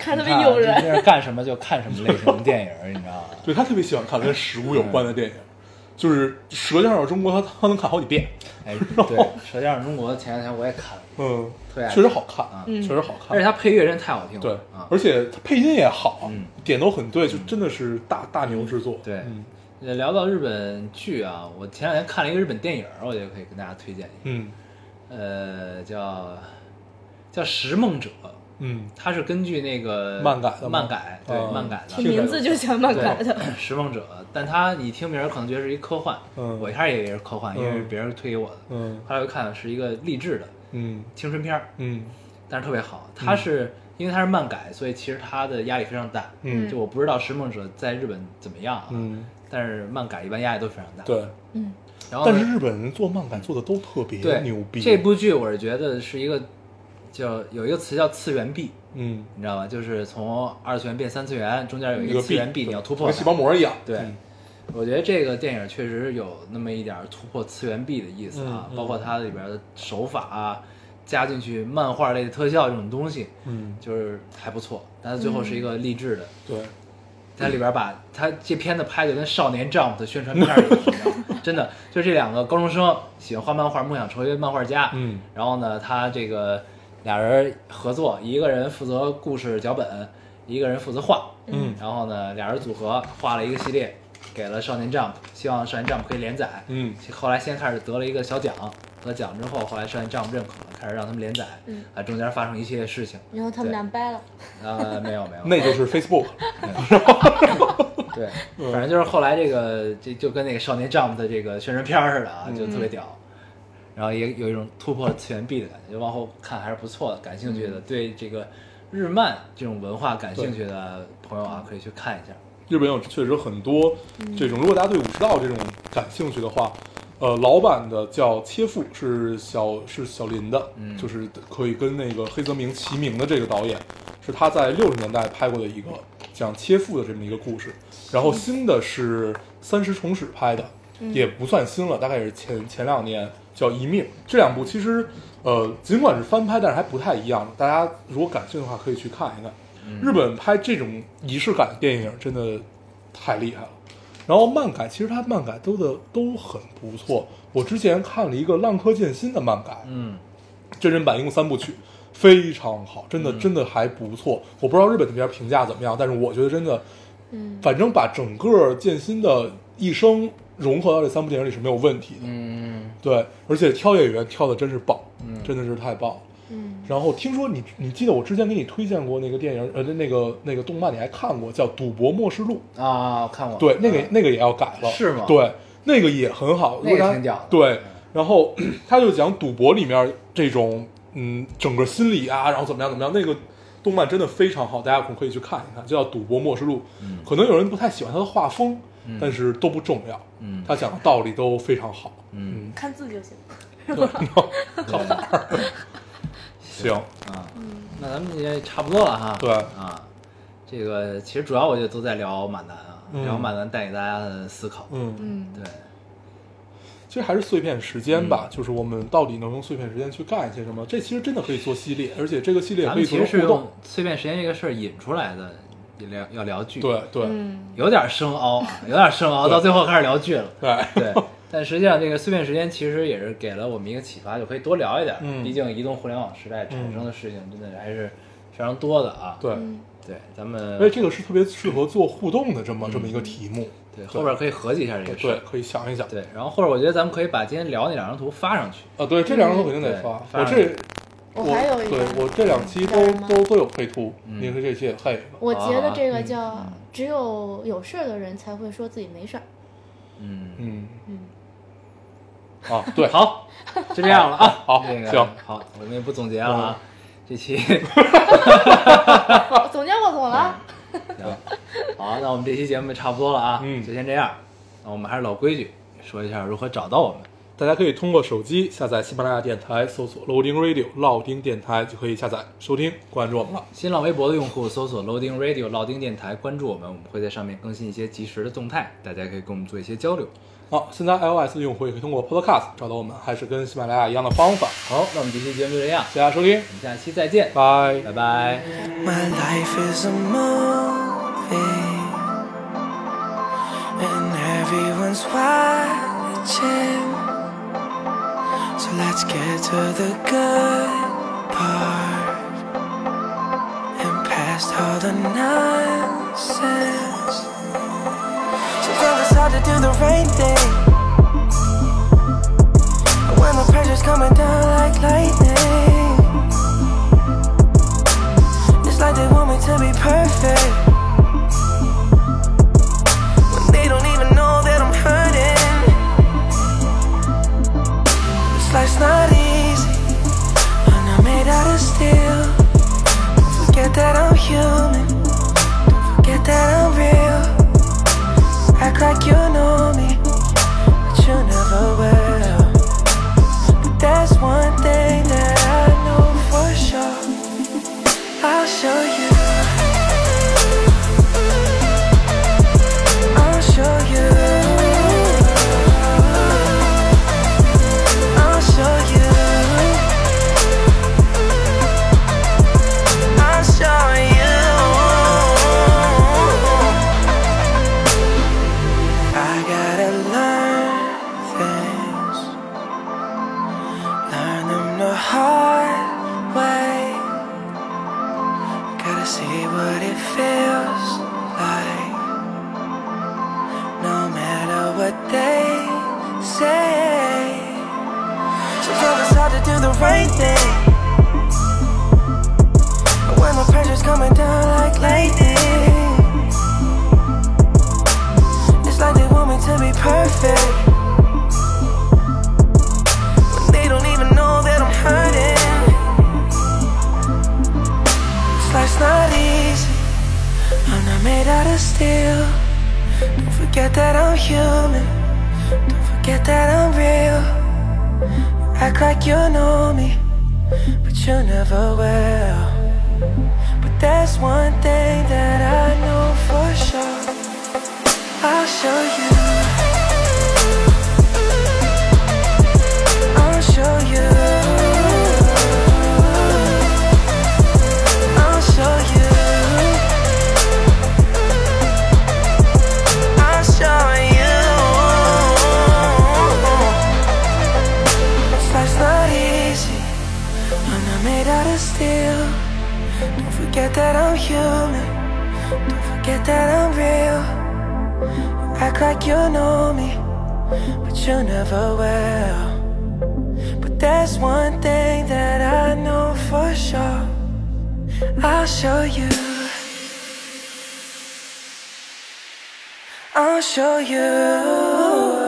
C: 看着特别诱
B: 你看
C: 人。
B: 这是干什么就看什么类型的电影儿，你知道吗？
A: 对他特别喜欢看跟食物有关的电影，就是《舌尖上的中国》，他他能看好几遍。
B: 哎， 对，《舌尖上的中国》前两天我也看了，
A: 嗯，
B: 特别爱
A: 确实好看
B: 啊，
A: 确实好
B: 而且
A: 看。
B: 它配乐真太好听了。
A: 对
B: 啊，，
A: 而且他配音也好
B: 嗯，
A: 点都很对，就真的是大大牛制作。
B: 对
A: 嗯
B: 呃聊到日本剧啊，我前两天看了一个日本电影儿，我觉得可以跟大家推荐一下，
A: 嗯
B: 呃，叫叫《拾梦者》，
A: 嗯，
B: 它是根据那个
A: 漫改的吗
B: 漫改对、
A: 哦
B: 漫改的，
A: 听
B: 对
C: 名字就像漫改 的，
B: 《拾梦者》，但它你听名儿可能觉得是一科幻，
A: 嗯
B: 我一开始以为是科幻，因为是
A: 嗯
B: 别人推给我的，
A: 嗯
B: 后来我看是一个励志的
A: 嗯
B: 青春片儿，
A: 嗯
B: 但是特别好。它是、因为它是漫改，所以其实它的压力非常大。
A: 嗯
B: 就我不知道《拾梦者》在日本怎么样啊，
A: 嗯，
B: 但是漫改一般压力都非常大。，
A: 对。
C: 嗯，
B: 然后
A: 但
B: 呢
A: 是日本人做漫改做的都特别
B: 对
A: 牛逼。
B: 这部剧我是觉得是一个叫有一个词叫次元壁，
A: 嗯，
B: 你知道吧？就是从二次元变三次元，中间有一
A: 一
B: 个
A: 个
B: 次元壁，
A: 对
B: 你要突破
A: 跟
B: 它
A: 细胞膜一样。
B: 对，
A: 嗯
B: 我觉得这个电影确实有那么一点儿突破次元壁的意思啊，
A: 嗯嗯
B: 包括它里边的手法啊，加进去漫画类的特效这种东西，
A: 嗯，
B: 就是还不错。但它最后是一个励志的，
A: 对，
B: 它里边把它这片子拍就跟《少年丈夫》的宣传片儿一样，你知道吗 真的就这两个高中生喜欢画漫画，梦想成为漫画家，
A: 嗯，
B: 然后呢，他这个俩人合作，一个人负责故事脚本，一个人负责画，
A: 嗯
B: 然后呢，俩人组合画了一个系列，给了少年 Jump，希望少年 Jump 可以连载。
A: 嗯，
B: 后来先开始得了一个小奖，得奖之后，后来少年 Jump 认可了，开始让他们连载。
C: 嗯，
B: 啊，中间发生一系列事情。
C: 然后他们俩掰了，
B: 啊，没有没有，
A: 那就是 Facebook，
B: 对，反正就是后来这个这就跟那个少年 Jump 的这个宣传片儿似的啊，就特
A: 嗯
B: 别屌。然后也有一种突破次元壁的感觉，就往后看还是不错的。感
A: 嗯
B: 兴趣的，对这个日漫这种文化感兴趣的朋友啊，可以去看一下。
A: 日本有确实很多这种，如果大家对武士道这种感兴趣的话，呃，老版的叫切腹，是小是小林的，
B: 嗯
A: 就是可以跟那个黑泽明齐名的这个导演，是他在六十年代拍过的一个讲切腹的这么一个故事。然后新的是三十重史拍的，也不算新了，大概也是前前两年叫《一命》。这两部其实呃，尽管是翻拍，但是还不太一样。大家如果感兴趣的话，可以去看一看。日本拍这种仪式感的电影真的太厉害了。然后漫改，其实它漫改都的都很不错。我之前看了一个浪客剑心的漫改，
B: 嗯，
A: 真人版一共三部曲，非常好，真的
B: 嗯
A: 真的还不错。我不知道日本那边评价怎么样，但是我觉得真的，
C: 嗯，
A: 反正把整个剑心的一生融合到这三部电影里是没有问题的。
B: 嗯，
A: 对，而且挑演员挑的真是棒，
B: 嗯
A: 真的是太棒了。
C: 嗯，
A: 然后听说你，你记得我之前给你推荐过那个电影，呃，那那个那个动漫你还看过，叫《赌博默示录》。
B: 啊，我看过。
A: 对，那个
B: 嗯
A: 那个也要改了，
B: 是吗
A: 对，那个也很好，
B: 那个
A: 如果大
B: 挺屌的嗯
A: 对，然后他就讲赌博里面这种嗯整个心理啊，然后怎么样怎么样，那个动漫真的非常好，大家有空可以去看一看，就叫《赌博默示录》。
B: 嗯
A: 可能有人不太喜欢他的画风，但是都不重要，
B: 嗯
A: 他讲的道理都非常好。
B: 嗯
C: 看字就行。
A: 行，
B: 啊，那咱们也差不多了哈。
A: 对
B: 啊，这个其实主要我觉得都在聊马南啊，
A: 嗯
B: 聊马南带给大家的思考。
A: 嗯，
C: 嗯，
B: 对，
A: 其实还是碎片时间
B: 嗯
A: 吧，就是我们到底能用碎片时间去干一些什么？这其实真的可以做系列，而且这个系列也
B: 咱
A: 可以
B: 们其
A: 做
B: 实
A: 成
B: 是
A: 互动
B: 用。碎片时间这个事儿引出来的，也聊要聊剧，
A: 对，对
C: 嗯，
B: 有点生凹 啊，有点生凹，到最后开始聊剧了。
A: 对，
B: 对，但实际上这个碎片时间其实也是给了我们一个启发，就可以多聊一点。
A: 嗯
B: 毕竟移动互联网时代产生的事情真的还是非常多的啊。
A: 对。哎
B: 对，咱们
A: 所以这个是特别适合做互动的这么、这么一个题目。
B: 对后边可以合计一下这个事
A: 对
B: 儿。，
A: 可以想一想。
B: 嗯对，然后或者我觉得咱们可以把今天聊那两张图发上去。
A: 啊，对，这两个我肯定得
B: 嗯对
A: 发。
B: 发
A: 我这
C: 我还有一
A: 对
C: 个，
A: 我这两期
C: 你
A: 都
C: 知道吗
A: 都都有配图，
B: 嗯
A: 您是这期也配一个。
C: 我觉得这
B: 啊
C: 个叫只有有事儿的人才会说自己没事儿。
B: 嗯，
A: 嗯
C: 嗯，
A: 啊，对，
B: 好，就这样了啊。
A: 好
B: 那个
A: 行嗯
B: 好，我们也不总结了啊。这期
C: 总监我懂了，
B: 行，好，那我们这期节目差不多了啊，
A: 嗯
B: 就先这样。那我们还是老规矩，说一下如何找到我们。
A: 大家可以通过手机下载喜马拉雅电台，搜索 Loading Radio 老丁电台就可以下载收听，关注我们了。
B: 新浪微博的用户搜索 Loading Radio 老丁电台，关注我们，我们会在上面更新一些及时的动态，大家可以跟我们做一些交流。
A: 好，现在 iOS 用户也可以通过 Podcast 找到我们，还是跟喜马拉雅一样的方法。
B: 好，那我们这期节目就这样，
A: 谢谢大家收听，
B: 我们下期再见，
A: 拜
B: 拜拜。
D: My life is a movie, and everyone's watching. So let's get to the good part and past all the nonsense. So tell us how to do the right thing when the pressure's coming down like lightning. It's like they want me to be perfect. When they don't even know that I'm hurting. This life's not easy. I'm not made out of steel. Don't forget that I'm human. Don't forget that I'm real. Act like you know me, but you never will. But that's one thing that I know for sure. I'll show you. I'll show you. I'll show you. I'll show you. I gotta learn things. Learn them the hard way. Gotta see what it feels like. No the right thing. But when the pressure's coming down like lightning, it's like they want me to be perfect. When they don't even know that I'm hurting. This life's not easy. I'm not made out of steel. Don't forget that I'm human. Don't forget that I'm real. You act like you know me, but you never will. But there's one thing that I know for sure. I'll show you. I'll show you. I'll show you. I'll show you. This life's not easy. I'm not made out of steel. Don't forget that I'm human. Don't forget that I'm real. You act like you know me, but you never will. But there's one thing that I know for sure. I'll show you. I'll show you.